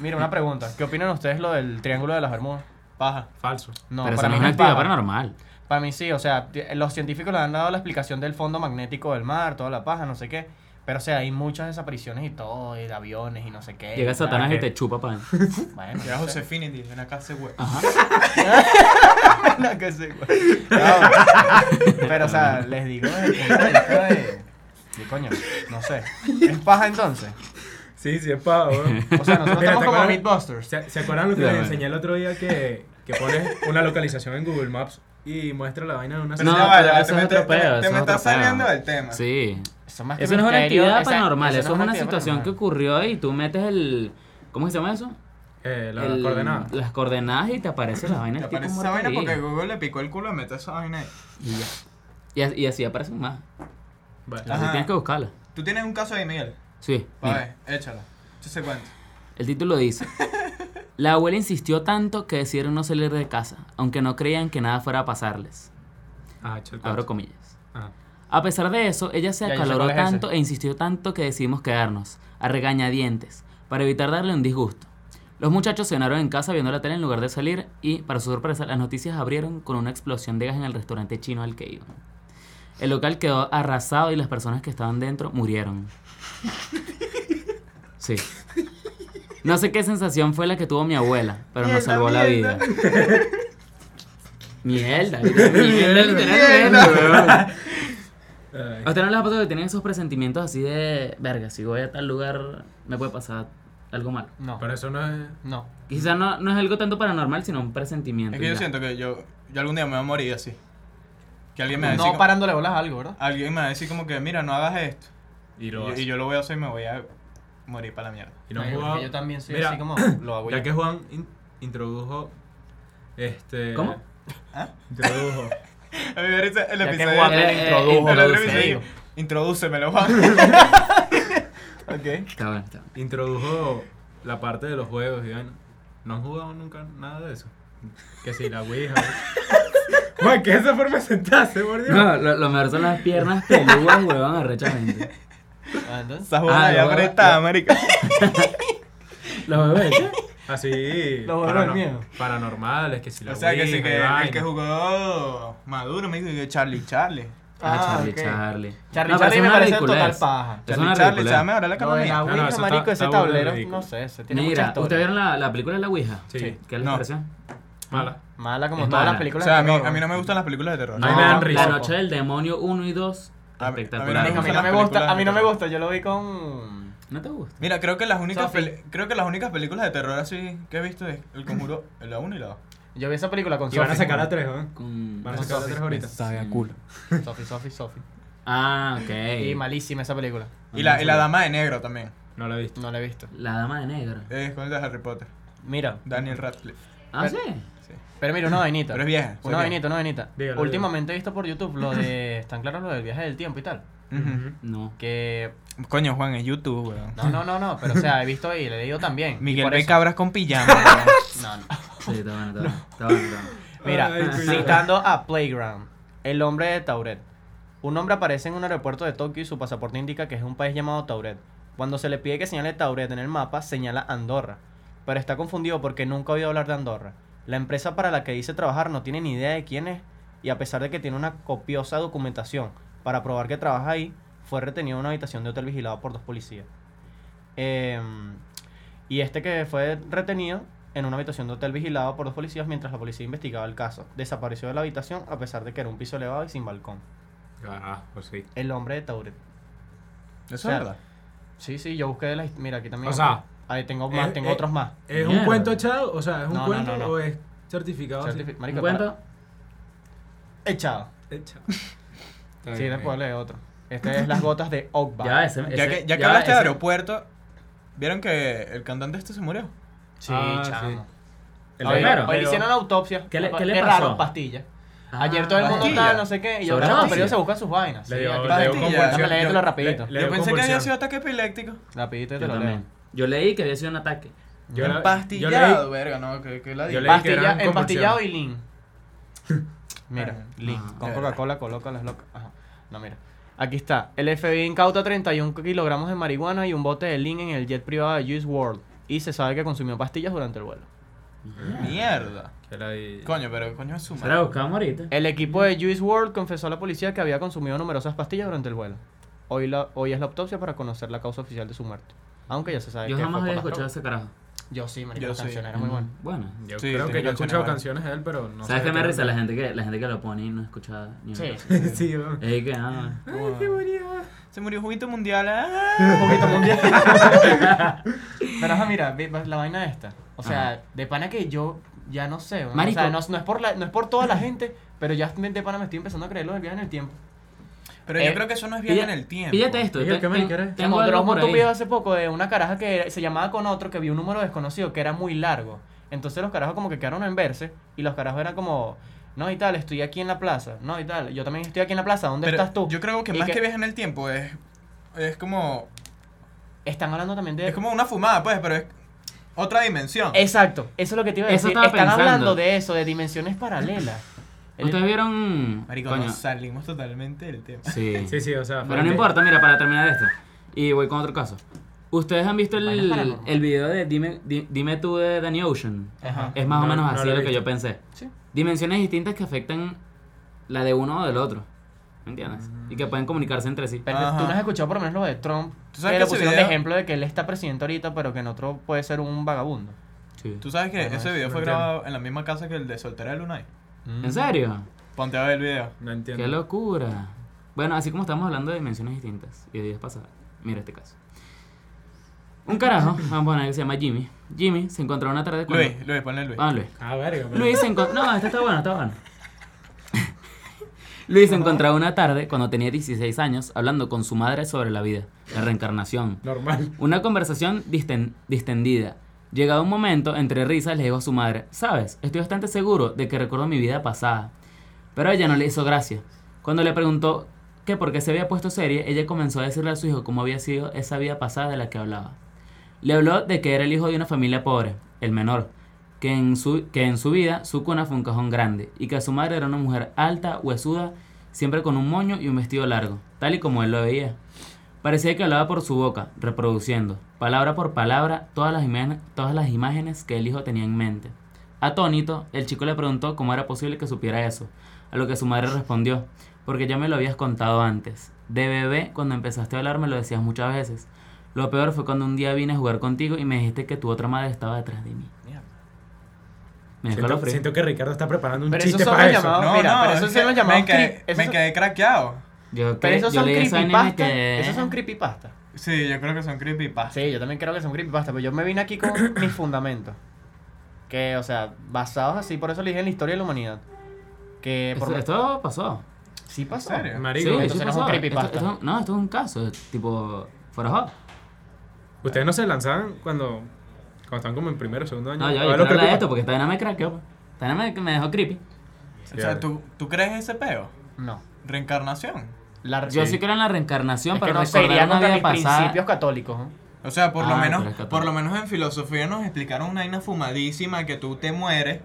Speaker 1: Mira, una pregunta. ¿Qué opinan ustedes lo del Triángulo de las Bermudas?
Speaker 4: Paja.
Speaker 2: Falso.
Speaker 1: No,
Speaker 3: Pero
Speaker 1: para
Speaker 3: esa no
Speaker 1: mí
Speaker 3: es una
Speaker 1: no es
Speaker 3: actividad
Speaker 1: paja.
Speaker 3: paranormal.
Speaker 1: Para mí sí, o sea, t- los científicos le han dado la explicación del fondo magnético del mar, toda la paja, no sé qué. Pero, o sea, hay muchas desapariciones y todo, y de aviones y no sé qué.
Speaker 3: Llega
Speaker 1: y tal,
Speaker 3: Satanás y
Speaker 1: Eh, que-
Speaker 3: te chupa para
Speaker 1: Bueno,
Speaker 4: Llega
Speaker 1: no sé.
Speaker 4: Josefinity. Ven acá, ese güey.
Speaker 1: Ah, No, que sí, güey. No, pero, o sea, les digo, desde el punto de vista de- de coño, no sé. ¿Es paja entonces?
Speaker 2: Sí, sí, es pago.
Speaker 1: O sea, nosotros
Speaker 2: Mira,
Speaker 1: estamos
Speaker 2: ¿te
Speaker 1: como
Speaker 2: acuerdas?
Speaker 1: Mythbusters.
Speaker 2: ¿Se, se acuerdan lo que
Speaker 3: Ya,
Speaker 2: les
Speaker 3: bueno.
Speaker 2: enseñé el otro día que que pones una localización en Google Maps y muestra la vaina de una
Speaker 3: No,
Speaker 2: ciudad.
Speaker 3: pero
Speaker 4: ya va,
Speaker 3: eso
Speaker 4: te
Speaker 3: es
Speaker 4: metes-
Speaker 3: otro pedo,
Speaker 4: te- Te
Speaker 3: eso
Speaker 4: me
Speaker 3: es otro
Speaker 4: estás saliendo
Speaker 3: pedo.
Speaker 4: del tema.
Speaker 3: Sí.
Speaker 1: Eso, más que
Speaker 3: Eso no es una
Speaker 1: misterio,
Speaker 3: actividad
Speaker 1: esa-
Speaker 3: paranormal,
Speaker 1: esa
Speaker 3: eso
Speaker 1: no
Speaker 3: es una
Speaker 1: actividad
Speaker 3: situación que
Speaker 1: paranormal.
Speaker 3: ocurrió y tú metes el... ¿Cómo se llama eso?
Speaker 2: Eh, la
Speaker 3: El-
Speaker 2: coordenada.
Speaker 3: Las coordenadas y te aparece la vaina.
Speaker 1: este
Speaker 4: Te
Speaker 3: del tipo
Speaker 4: aparece esa
Speaker 3: muerto
Speaker 4: vaina
Speaker 3: ahí.
Speaker 4: porque Google le picó el culo y metió esa vaina ahí.
Speaker 3: Y ya. Y, as- y así aparecen más.
Speaker 2: Vale.
Speaker 4: Ajá.
Speaker 3: Así tienes que buscarla.
Speaker 4: Tú tienes un caso ahí, Miguel.
Speaker 3: Sí.
Speaker 4: Pa'
Speaker 3: mira.
Speaker 4: ver, échala. Yo se cuento.
Speaker 3: El título dice: La abuela insistió tanto que decidieron no salir de casa, aunque no creían que nada fuera a pasarles.
Speaker 2: Ah, chocó.
Speaker 3: Abro comillas.
Speaker 2: Ah.
Speaker 3: A pesar de eso, ella se
Speaker 1: Ya, yo sé
Speaker 3: acaloró
Speaker 1: cuál es ese.
Speaker 3: tanto e insistió tanto que decidimos quedarnos, a regañadientes, para evitar darle un disgusto. Los muchachos cenaron en casa viendo la tele en lugar de salir y, para su sorpresa, las noticias abrieron con una explosión de gas en el restaurante chino al que iban. El local quedó arrasado y las personas que estaban dentro murieron. Sí. No sé qué sensación fue la que tuvo mi abuela, pero nos
Speaker 4: Mierda,
Speaker 3: salvó la vida.
Speaker 4: mierda.
Speaker 3: Mierda, literal, mierda, literal,
Speaker 4: Mierda.
Speaker 3: mierda, weón.
Speaker 2: Ay.
Speaker 3: ¿A usted no les ha pasado que tienen esos presentimientos así de, verga, si voy a tal lugar me puede pasar algo malo?
Speaker 1: No,
Speaker 2: Pero eso no es.
Speaker 1: no.
Speaker 3: Quizás no, no es algo tanto paranormal, sino un presentimiento.
Speaker 4: Es que
Speaker 3: y
Speaker 4: yo
Speaker 3: ya.
Speaker 4: siento que yo, yo algún día me voy a morir así. Que alguien me va a
Speaker 1: No
Speaker 4: decir. como-
Speaker 1: parándole bolas a algo, ¿verdad?
Speaker 4: Alguien me va a decir como que, mira, no hagas esto.
Speaker 2: Y
Speaker 4: Y yo,
Speaker 2: lo hace.
Speaker 4: y yo lo voy a hacer y me voy a morir para la mierda.
Speaker 2: Y no
Speaker 1: Ay,
Speaker 2: jugaba-
Speaker 1: porque Yo también soy
Speaker 2: Mira,
Speaker 1: así como lo hago
Speaker 2: Ya
Speaker 1: yo.
Speaker 2: que Juan in- introdujo. Este.
Speaker 3: ¿Cómo?
Speaker 2: Introdujo.
Speaker 4: A mí me parece el
Speaker 1: Ya que
Speaker 4: episodio.
Speaker 1: Juan
Speaker 4: el-
Speaker 1: me
Speaker 3: Eh, eh,
Speaker 1: introdujo,
Speaker 4: el
Speaker 1: lo
Speaker 4: otro
Speaker 1: dice.
Speaker 4: episodio. Introdúcemelo, Juan. ok.
Speaker 3: Está bueno, está bueno.
Speaker 2: introdujo la parte de los juegos y vaina. No han jugado nunca nada de eso. Que si la Ouija. Juan, que esa forma sentaste, por Dios.
Speaker 3: No, lo, lo mejor son las piernas peludas, huevón, arrechamente.
Speaker 1: Ah, entonces.
Speaker 4: Esa jugada
Speaker 3: Ah,
Speaker 4: ya
Speaker 3: lo-
Speaker 4: apretada,
Speaker 3: lo-
Speaker 4: marica.
Speaker 3: Los bebés, ¿qué?
Speaker 2: Así.
Speaker 1: Los juegos del
Speaker 2: parano-
Speaker 1: miedo.
Speaker 2: Paranormales, que si la
Speaker 4: O sea, que sí,
Speaker 2: Ouija y
Speaker 4: que el
Speaker 2: vaina.
Speaker 4: que jugó Maduro me dijo que Charlie, Charlie.
Speaker 3: Ah,
Speaker 1: Ah,
Speaker 3: Charlie,
Speaker 1: ok.
Speaker 3: Charlie.
Speaker 1: Charlie,
Speaker 3: No, pero
Speaker 1: Charlie
Speaker 3: es
Speaker 1: me
Speaker 3: una
Speaker 1: parece total
Speaker 3: ridiculez.
Speaker 1: paja.
Speaker 3: Es
Speaker 4: Charlie,
Speaker 3: una
Speaker 4: Charlie,
Speaker 3: ridiculez.
Speaker 4: ¿sabes ahora
Speaker 1: Lo
Speaker 4: la
Speaker 1: de la
Speaker 4: economía?
Speaker 2: no,
Speaker 1: Ouija,
Speaker 2: eso
Speaker 1: marico,
Speaker 2: está-
Speaker 1: ese
Speaker 2: está burda de
Speaker 1: tablero,
Speaker 2: ridículo.
Speaker 1: no sé, ese tiene mucha
Speaker 3: Mira,
Speaker 1: historia.
Speaker 3: ¿ustedes vieron la, la película de la Ouija?
Speaker 2: Sí.
Speaker 3: ¿Qué les
Speaker 4: No.
Speaker 3: pareció?
Speaker 2: Mala.
Speaker 1: Mala como
Speaker 3: Es
Speaker 1: todas
Speaker 3: mala.
Speaker 1: las
Speaker 4: O
Speaker 1: películas
Speaker 4: sea, a
Speaker 1: de
Speaker 4: mí,
Speaker 1: terror,
Speaker 4: a mí no
Speaker 1: ¿no?
Speaker 4: me gustan las películas de terror.
Speaker 2: A mí me dan risa.
Speaker 3: La noche del demonio 1 y 2.
Speaker 4: A- a mí no me
Speaker 3: Espectacular.
Speaker 1: A mí no
Speaker 4: las
Speaker 1: me
Speaker 4: películas
Speaker 1: gusta, a
Speaker 4: de
Speaker 1: mí no me
Speaker 4: terror.
Speaker 1: gusta, yo lo vi con...
Speaker 3: ¿No te gusta?
Speaker 4: Mira, creo que las únicas
Speaker 1: Sophie.
Speaker 4: peli- creo que las únicas películas de terror así que he visto es El Conjuro, la 1 y la 2.
Speaker 1: Yo vi esa película con
Speaker 2: Y van a
Speaker 1: Sophie.
Speaker 2: sacar a tres, ¿eh?
Speaker 3: Con...
Speaker 2: Van a sacar a tres ahorita.
Speaker 1: Sabe a culo. Sophie, Sophie, Sophie.
Speaker 3: Ah, ok.
Speaker 1: Y malísima esa película.
Speaker 4: Y la, y la dama de negro también.
Speaker 2: No la he visto.
Speaker 1: No la he visto.
Speaker 3: La dama de negro.
Speaker 4: Es con el de Harry Potter.
Speaker 1: Mira,
Speaker 4: Daniel Radcliffe.
Speaker 3: Ah, sí.
Speaker 4: Sí.
Speaker 1: pero mira, una vainita.
Speaker 4: Pero es vieja.
Speaker 1: Una
Speaker 4: soy vieja.
Speaker 1: vainita, una vainita.
Speaker 2: Dígalo,
Speaker 1: Últimamente he visto por YouTube lo de... ¿Están claros lo del viaje del tiempo y tal?
Speaker 4: Ujú.
Speaker 3: No.
Speaker 1: Que...
Speaker 4: Coño, Juan, es YouTube, weón.
Speaker 1: No, no, no, no. Pero, o sea, he visto y le he leído también. y
Speaker 4: Miguel
Speaker 1: por
Speaker 4: ve
Speaker 1: eso-
Speaker 4: cabras con pijama, weón.
Speaker 1: No, no.
Speaker 3: Sí, está bueno, está bueno. Está bueno, está bueno.
Speaker 1: Mira,
Speaker 2: Ay, cuidado.
Speaker 1: citando a Playground, el hombre de Tauret. Un hombre aparece en un aeropuerto de Tokio y su pasaporte indica que es un país llamado Tauret. Cuando se le pide que señale Tauret en el mapa, señala Andorra. Pero está confundido porque nunca ha oído hablar de Andorra. La empresa para la que dice trabajar no tiene ni idea de quién es y a pesar de que tiene una copiosa documentación para probar que trabaja ahí, fue retenido en una habitación de hotel vigilado por dos policías. Em, y este que fue retenido en una habitación de hotel vigilado por dos policías mientras la policía investigaba el caso. Desapareció de la habitación a pesar de que era un piso elevado y sin balcón.
Speaker 2: Ah, pues sí.
Speaker 1: El hombre de Tauret.
Speaker 4: Eso es
Speaker 1: O sea,
Speaker 4: verdad.
Speaker 1: Sí, sí, yo busqué la... his- Mira, aquí también...
Speaker 2: O sea,
Speaker 1: Ahí tengo más,
Speaker 2: eh,
Speaker 1: tengo
Speaker 2: eh,
Speaker 1: otros más.
Speaker 2: ¿Es un
Speaker 3: Mierda.
Speaker 2: cuento echado? O sea, ¿es un
Speaker 1: No, no,
Speaker 2: cuento
Speaker 1: no, no.
Speaker 2: o es certificado? así?
Speaker 1: Certifi-
Speaker 3: ¿Un
Speaker 1: marico, para-
Speaker 3: cuento?
Speaker 1: Echado.
Speaker 2: Echado. Está
Speaker 1: Sí,
Speaker 2: bien,
Speaker 1: después
Speaker 2: bien.
Speaker 1: leo otro. Este es Las Gotas de Ogba.
Speaker 3: Ya, ese, ese,
Speaker 4: Ya que, ya que
Speaker 3: va,
Speaker 4: hablaste de
Speaker 3: ese-
Speaker 4: aeropuerto, ¿vieron que el cantante este se murió?
Speaker 1: Sí,
Speaker 2: Ah,
Speaker 1: chamo.
Speaker 3: El
Speaker 1: Hoy-
Speaker 3: primero.
Speaker 1: Hoy hicieron autopsia.
Speaker 3: ¿Qué le- qué le
Speaker 1: raro,
Speaker 3: pasó?
Speaker 1: pastillas.
Speaker 3: Ah,
Speaker 1: Ayer todo el mundo
Speaker 4: pastilla.
Speaker 1: estaba no sé qué. Y yo,
Speaker 3: Sobre
Speaker 1: chamo,
Speaker 3: todo,
Speaker 1: pero ellos
Speaker 3: sí.
Speaker 1: se buscan sus vainas.
Speaker 2: Le
Speaker 1: Sí,
Speaker 2: dio,
Speaker 1: aquí-
Speaker 2: le dio
Speaker 4: Pastilla.
Speaker 2: convulsión.
Speaker 1: Dámele,
Speaker 2: Yo-
Speaker 1: lo rapidito.
Speaker 2: le- le
Speaker 4: Yo
Speaker 2: dio
Speaker 4: pensé que había
Speaker 2: convulsión.
Speaker 4: sido ataque epiléptico.
Speaker 1: Rapidito y te
Speaker 3: Yo
Speaker 1: lo leo.
Speaker 3: también. Yo leí que había sido un ataque.
Speaker 2: Yo la- yo
Speaker 4: Empastillado,
Speaker 2: leí-
Speaker 4: verga, no, que, que la
Speaker 2: yo
Speaker 4: di-
Speaker 2: leí que
Speaker 1: Pastilla-
Speaker 2: eran convulsiones.
Speaker 1: empastillado y lean. Mira, lean.
Speaker 3: Ah.
Speaker 1: con Coca-Cola coloca las locas. Ajá. No, mira. Aquí está. El FBI incauta 31 kilogramos de marihuana y un bote de lean en el jet privado de Juice World. Y se sabe que consumió pastillas durante el vuelo.
Speaker 4: Mierda.
Speaker 2: Que la di-
Speaker 4: Coño, pero coño es su
Speaker 3: Se la
Speaker 4: madre.
Speaker 3: buscamos ahorita.
Speaker 1: El equipo de Juice World confesó a la policía que había consumido numerosas pastillas durante el vuelo. Hoy, la- hoy es la autopsia para conocer la causa oficial de su muerte. Aunque ya se sabe
Speaker 3: Yo
Speaker 1: que
Speaker 3: jamás
Speaker 1: fue
Speaker 3: había
Speaker 1: por las
Speaker 3: escuchado
Speaker 1: drogas.
Speaker 3: ese carajo.
Speaker 1: Yo sí, marico,
Speaker 4: Yo
Speaker 1: la
Speaker 4: sí.
Speaker 1: canción era muy buena.
Speaker 3: Bueno.
Speaker 2: Yo
Speaker 4: Sí,
Speaker 2: creo
Speaker 4: tiene
Speaker 2: que yo he
Speaker 4: canciones
Speaker 2: escuchado
Speaker 4: buenas.
Speaker 2: canciones de él, pero no
Speaker 3: ¿Sabes
Speaker 2: sé
Speaker 3: qué me
Speaker 2: qué
Speaker 3: risa? La
Speaker 2: canción.
Speaker 3: gente que, la gente que lo pone y no escucha ni una
Speaker 1: Sí.
Speaker 3: cosa.
Speaker 2: Sí, weón.
Speaker 3: Ey, que ah,
Speaker 4: Se murió Juguito Mundial. ¡ah!
Speaker 1: poquito mundial. Pero ajá, mira, ve- va- la vaina esta. O sea, de pana que yo ya no sé. ¿no? O
Speaker 3: Marico.
Speaker 1: sea, no, no es por la, no es por toda la gente, pero ya de pana me estoy empezando a creer lo del viaje en el tiempo.
Speaker 4: Pero
Speaker 1: Eh,
Speaker 4: yo creo que eso no es viaje
Speaker 3: pilla-
Speaker 4: en el tiempo.
Speaker 3: Píllate esto.
Speaker 2: Miguel,
Speaker 3: te-
Speaker 2: ¿qué me
Speaker 3: ten-
Speaker 2: quieres?
Speaker 3: tengo
Speaker 1: Como
Speaker 3: algo
Speaker 1: Dross
Speaker 3: por
Speaker 1: montó un
Speaker 3: ahí.
Speaker 1: video hace poco de una caraja que era- se llamaba con otro que vio un número desconocido que era muy largo. Entonces los carajos como que quedaron en verse y los carajos eran como, no y tal, estoy aquí en la plaza, no y tal, yo también estoy aquí en la plaza, ¿dónde
Speaker 4: Pero
Speaker 1: estás tú?
Speaker 4: Yo creo que
Speaker 1: Y
Speaker 4: más
Speaker 1: que-
Speaker 4: que... viaje en el tiempo es. Es como.
Speaker 1: Están hablando también de...
Speaker 4: Es como una fumada, pues, pero es otra dimensión.
Speaker 1: Exacto, eso es lo que te iba a
Speaker 3: Eso
Speaker 1: decir.
Speaker 3: estaba
Speaker 1: Están hablando
Speaker 3: pensando.
Speaker 1: de eso, de dimensiones paralelas. El-
Speaker 3: ¿Ustedes vieron?
Speaker 4: Marico,
Speaker 3: Coño.
Speaker 4: nos salimos totalmente del tema.
Speaker 3: Sí.
Speaker 2: Sí, sí, o sea.
Speaker 3: Pero
Speaker 2: fue-
Speaker 3: no importa, mira, para terminar esto. Y voy con otro caso. ¿Ustedes han visto
Speaker 1: Vainas
Speaker 3: el,
Speaker 1: paranormales.
Speaker 3: el video de dime, Di- Dime tú de Danny Ocean?
Speaker 1: Ajá.
Speaker 3: Es más o
Speaker 2: No,
Speaker 3: menos
Speaker 2: no
Speaker 3: así
Speaker 2: lo he
Speaker 3: lo que
Speaker 2: visto.
Speaker 3: yo pensé.
Speaker 1: Sí.
Speaker 3: Dimensiones distintas que afectan la de uno o del otro. ¿Me entiendes? Y que pueden comunicarse entre sí.
Speaker 1: Pero
Speaker 4: Ajá.
Speaker 1: tú no has escuchado por lo menos lo de Trump.
Speaker 4: ¿Tú
Speaker 1: que
Speaker 4: sabes que
Speaker 1: lo
Speaker 4: ese
Speaker 1: pusieron
Speaker 4: video-
Speaker 1: de ejemplo de que él está presidente ahorita, pero que en otro puede ser un vagabundo.
Speaker 3: Sí.
Speaker 4: Tú sabes que
Speaker 1: Bueno,
Speaker 4: ese
Speaker 1: eso
Speaker 4: video
Speaker 2: lo
Speaker 4: fue
Speaker 2: entiendo.
Speaker 4: grabado en la misma casa que el de Soltera de Lunay.
Speaker 1: Mm.
Speaker 3: ¿En serio?
Speaker 4: Ponte a ver el video.
Speaker 2: No entiendo.
Speaker 3: ¡Qué locura! Bueno, así como estamos hablando de dimensiones distintas y de días pasadas, mira este caso. Un carajo, vamos a poner que se llama Jimmy. Jimmy se encontró una tarde con.
Speaker 4: Luis, Luis, ponle Luis.
Speaker 3: Ah, Luis.
Speaker 2: Ah, verga. pero-
Speaker 3: Luis se encontró. No, este está bueno, está bueno. Luis se encontraba una tarde cuando tenía 16 años hablando con su madre sobre la vida, la reencarnación.
Speaker 2: Normal.
Speaker 3: Una conversación disten- distendida. Llegado un momento, entre risas, le dijo a su madre, sabes, estoy bastante seguro de que recuerdo mi vida pasada. Pero a ella no le hizo gracia. Cuando le preguntó que por qué se había puesto seria, ella comenzó a decirle a su hijo cómo había sido esa vida pasada de la que hablaba. Le habló de que era el hijo de una familia pobre, el menor, que en su, que en su vida su cuna fue un cajón grande y que su madre era una mujer alta, huesuda, siempre con un moño y un vestido largo, tal y como él lo veía. Parecía que hablaba por su boca, reproduciendo, palabra por palabra, todas las, imágenes, todas las imágenes que el hijo tenía en mente. Atónito, el chico le preguntó cómo era posible que supiera eso, a lo que su madre respondió, porque ya me lo habías contado antes. De bebé, cuando empezaste a hablar, me lo decías muchas veces. Lo peor fue cuando un día vine a jugar contigo y me dijiste que tu otra madre estaba detrás de mí. Me dejó
Speaker 2: Siento,
Speaker 3: lo frío.
Speaker 2: siento que Ricardo está preparando un
Speaker 1: Pero
Speaker 2: chiste
Speaker 1: esos son
Speaker 2: para
Speaker 1: los
Speaker 2: eso.
Speaker 1: llamados- mira, pero esos
Speaker 4: es
Speaker 1: son
Speaker 4: que
Speaker 1: los llamados
Speaker 4: Me quedé,
Speaker 1: cri- esos
Speaker 4: me
Speaker 1: son-
Speaker 4: quedé craqueado.
Speaker 3: Yo,
Speaker 1: Pero
Speaker 3: que-
Speaker 1: esos
Speaker 3: yo
Speaker 1: son
Speaker 3: leí esa vaina y me
Speaker 1: creepypasta.
Speaker 3: quedé-
Speaker 1: Esos son creepypasta.
Speaker 4: Sí, yo creo que son creepypasta.
Speaker 1: Sí, yo también creo que son creepypasta, pero yo me vine aquí con mis fundamentos. Que, o sea, basados así, por eso le dije en la historia de la humanidad. Que Eh, por
Speaker 3: Esto,
Speaker 1: lo-
Speaker 3: esto pasó.
Speaker 1: Sí pasó.
Speaker 4: ¿En serio?
Speaker 3: Sí,
Speaker 2: Marico,
Speaker 3: esto
Speaker 1: entonces no es un
Speaker 3: pasó.
Speaker 1: creepypasta.
Speaker 3: Esto- esto- no, esto es un caso, tipo, fuera joda.
Speaker 2: ustedes no se lanzaban cuando, cuando estaban como en primero o segundo año.
Speaker 3: No, yo, yo
Speaker 2: Ahora
Speaker 3: quiero
Speaker 2: creo
Speaker 3: hablar
Speaker 2: que-
Speaker 3: de esto porque esta vaina me craqueó. pues. Esta vaina me, me dejó creepy.
Speaker 4: O sea, ¿tú, ¿tú crees ese peo?
Speaker 1: No.
Speaker 4: Reencarnación.
Speaker 1: La-
Speaker 3: Yo sí creo en la reencarnación,
Speaker 1: Es que
Speaker 3: pero
Speaker 1: no se
Speaker 3: recordar
Speaker 1: iría
Speaker 3: una
Speaker 1: contra
Speaker 3: vida
Speaker 1: mis
Speaker 3: pasada.
Speaker 1: principios católicos. ¿eh? ¿no?
Speaker 4: O sea, por lo
Speaker 3: Ah,
Speaker 4: menos
Speaker 3: pero es católico.
Speaker 4: por lo menos en filosofía nos explicaron una vaina fumadísima que tú te mueres,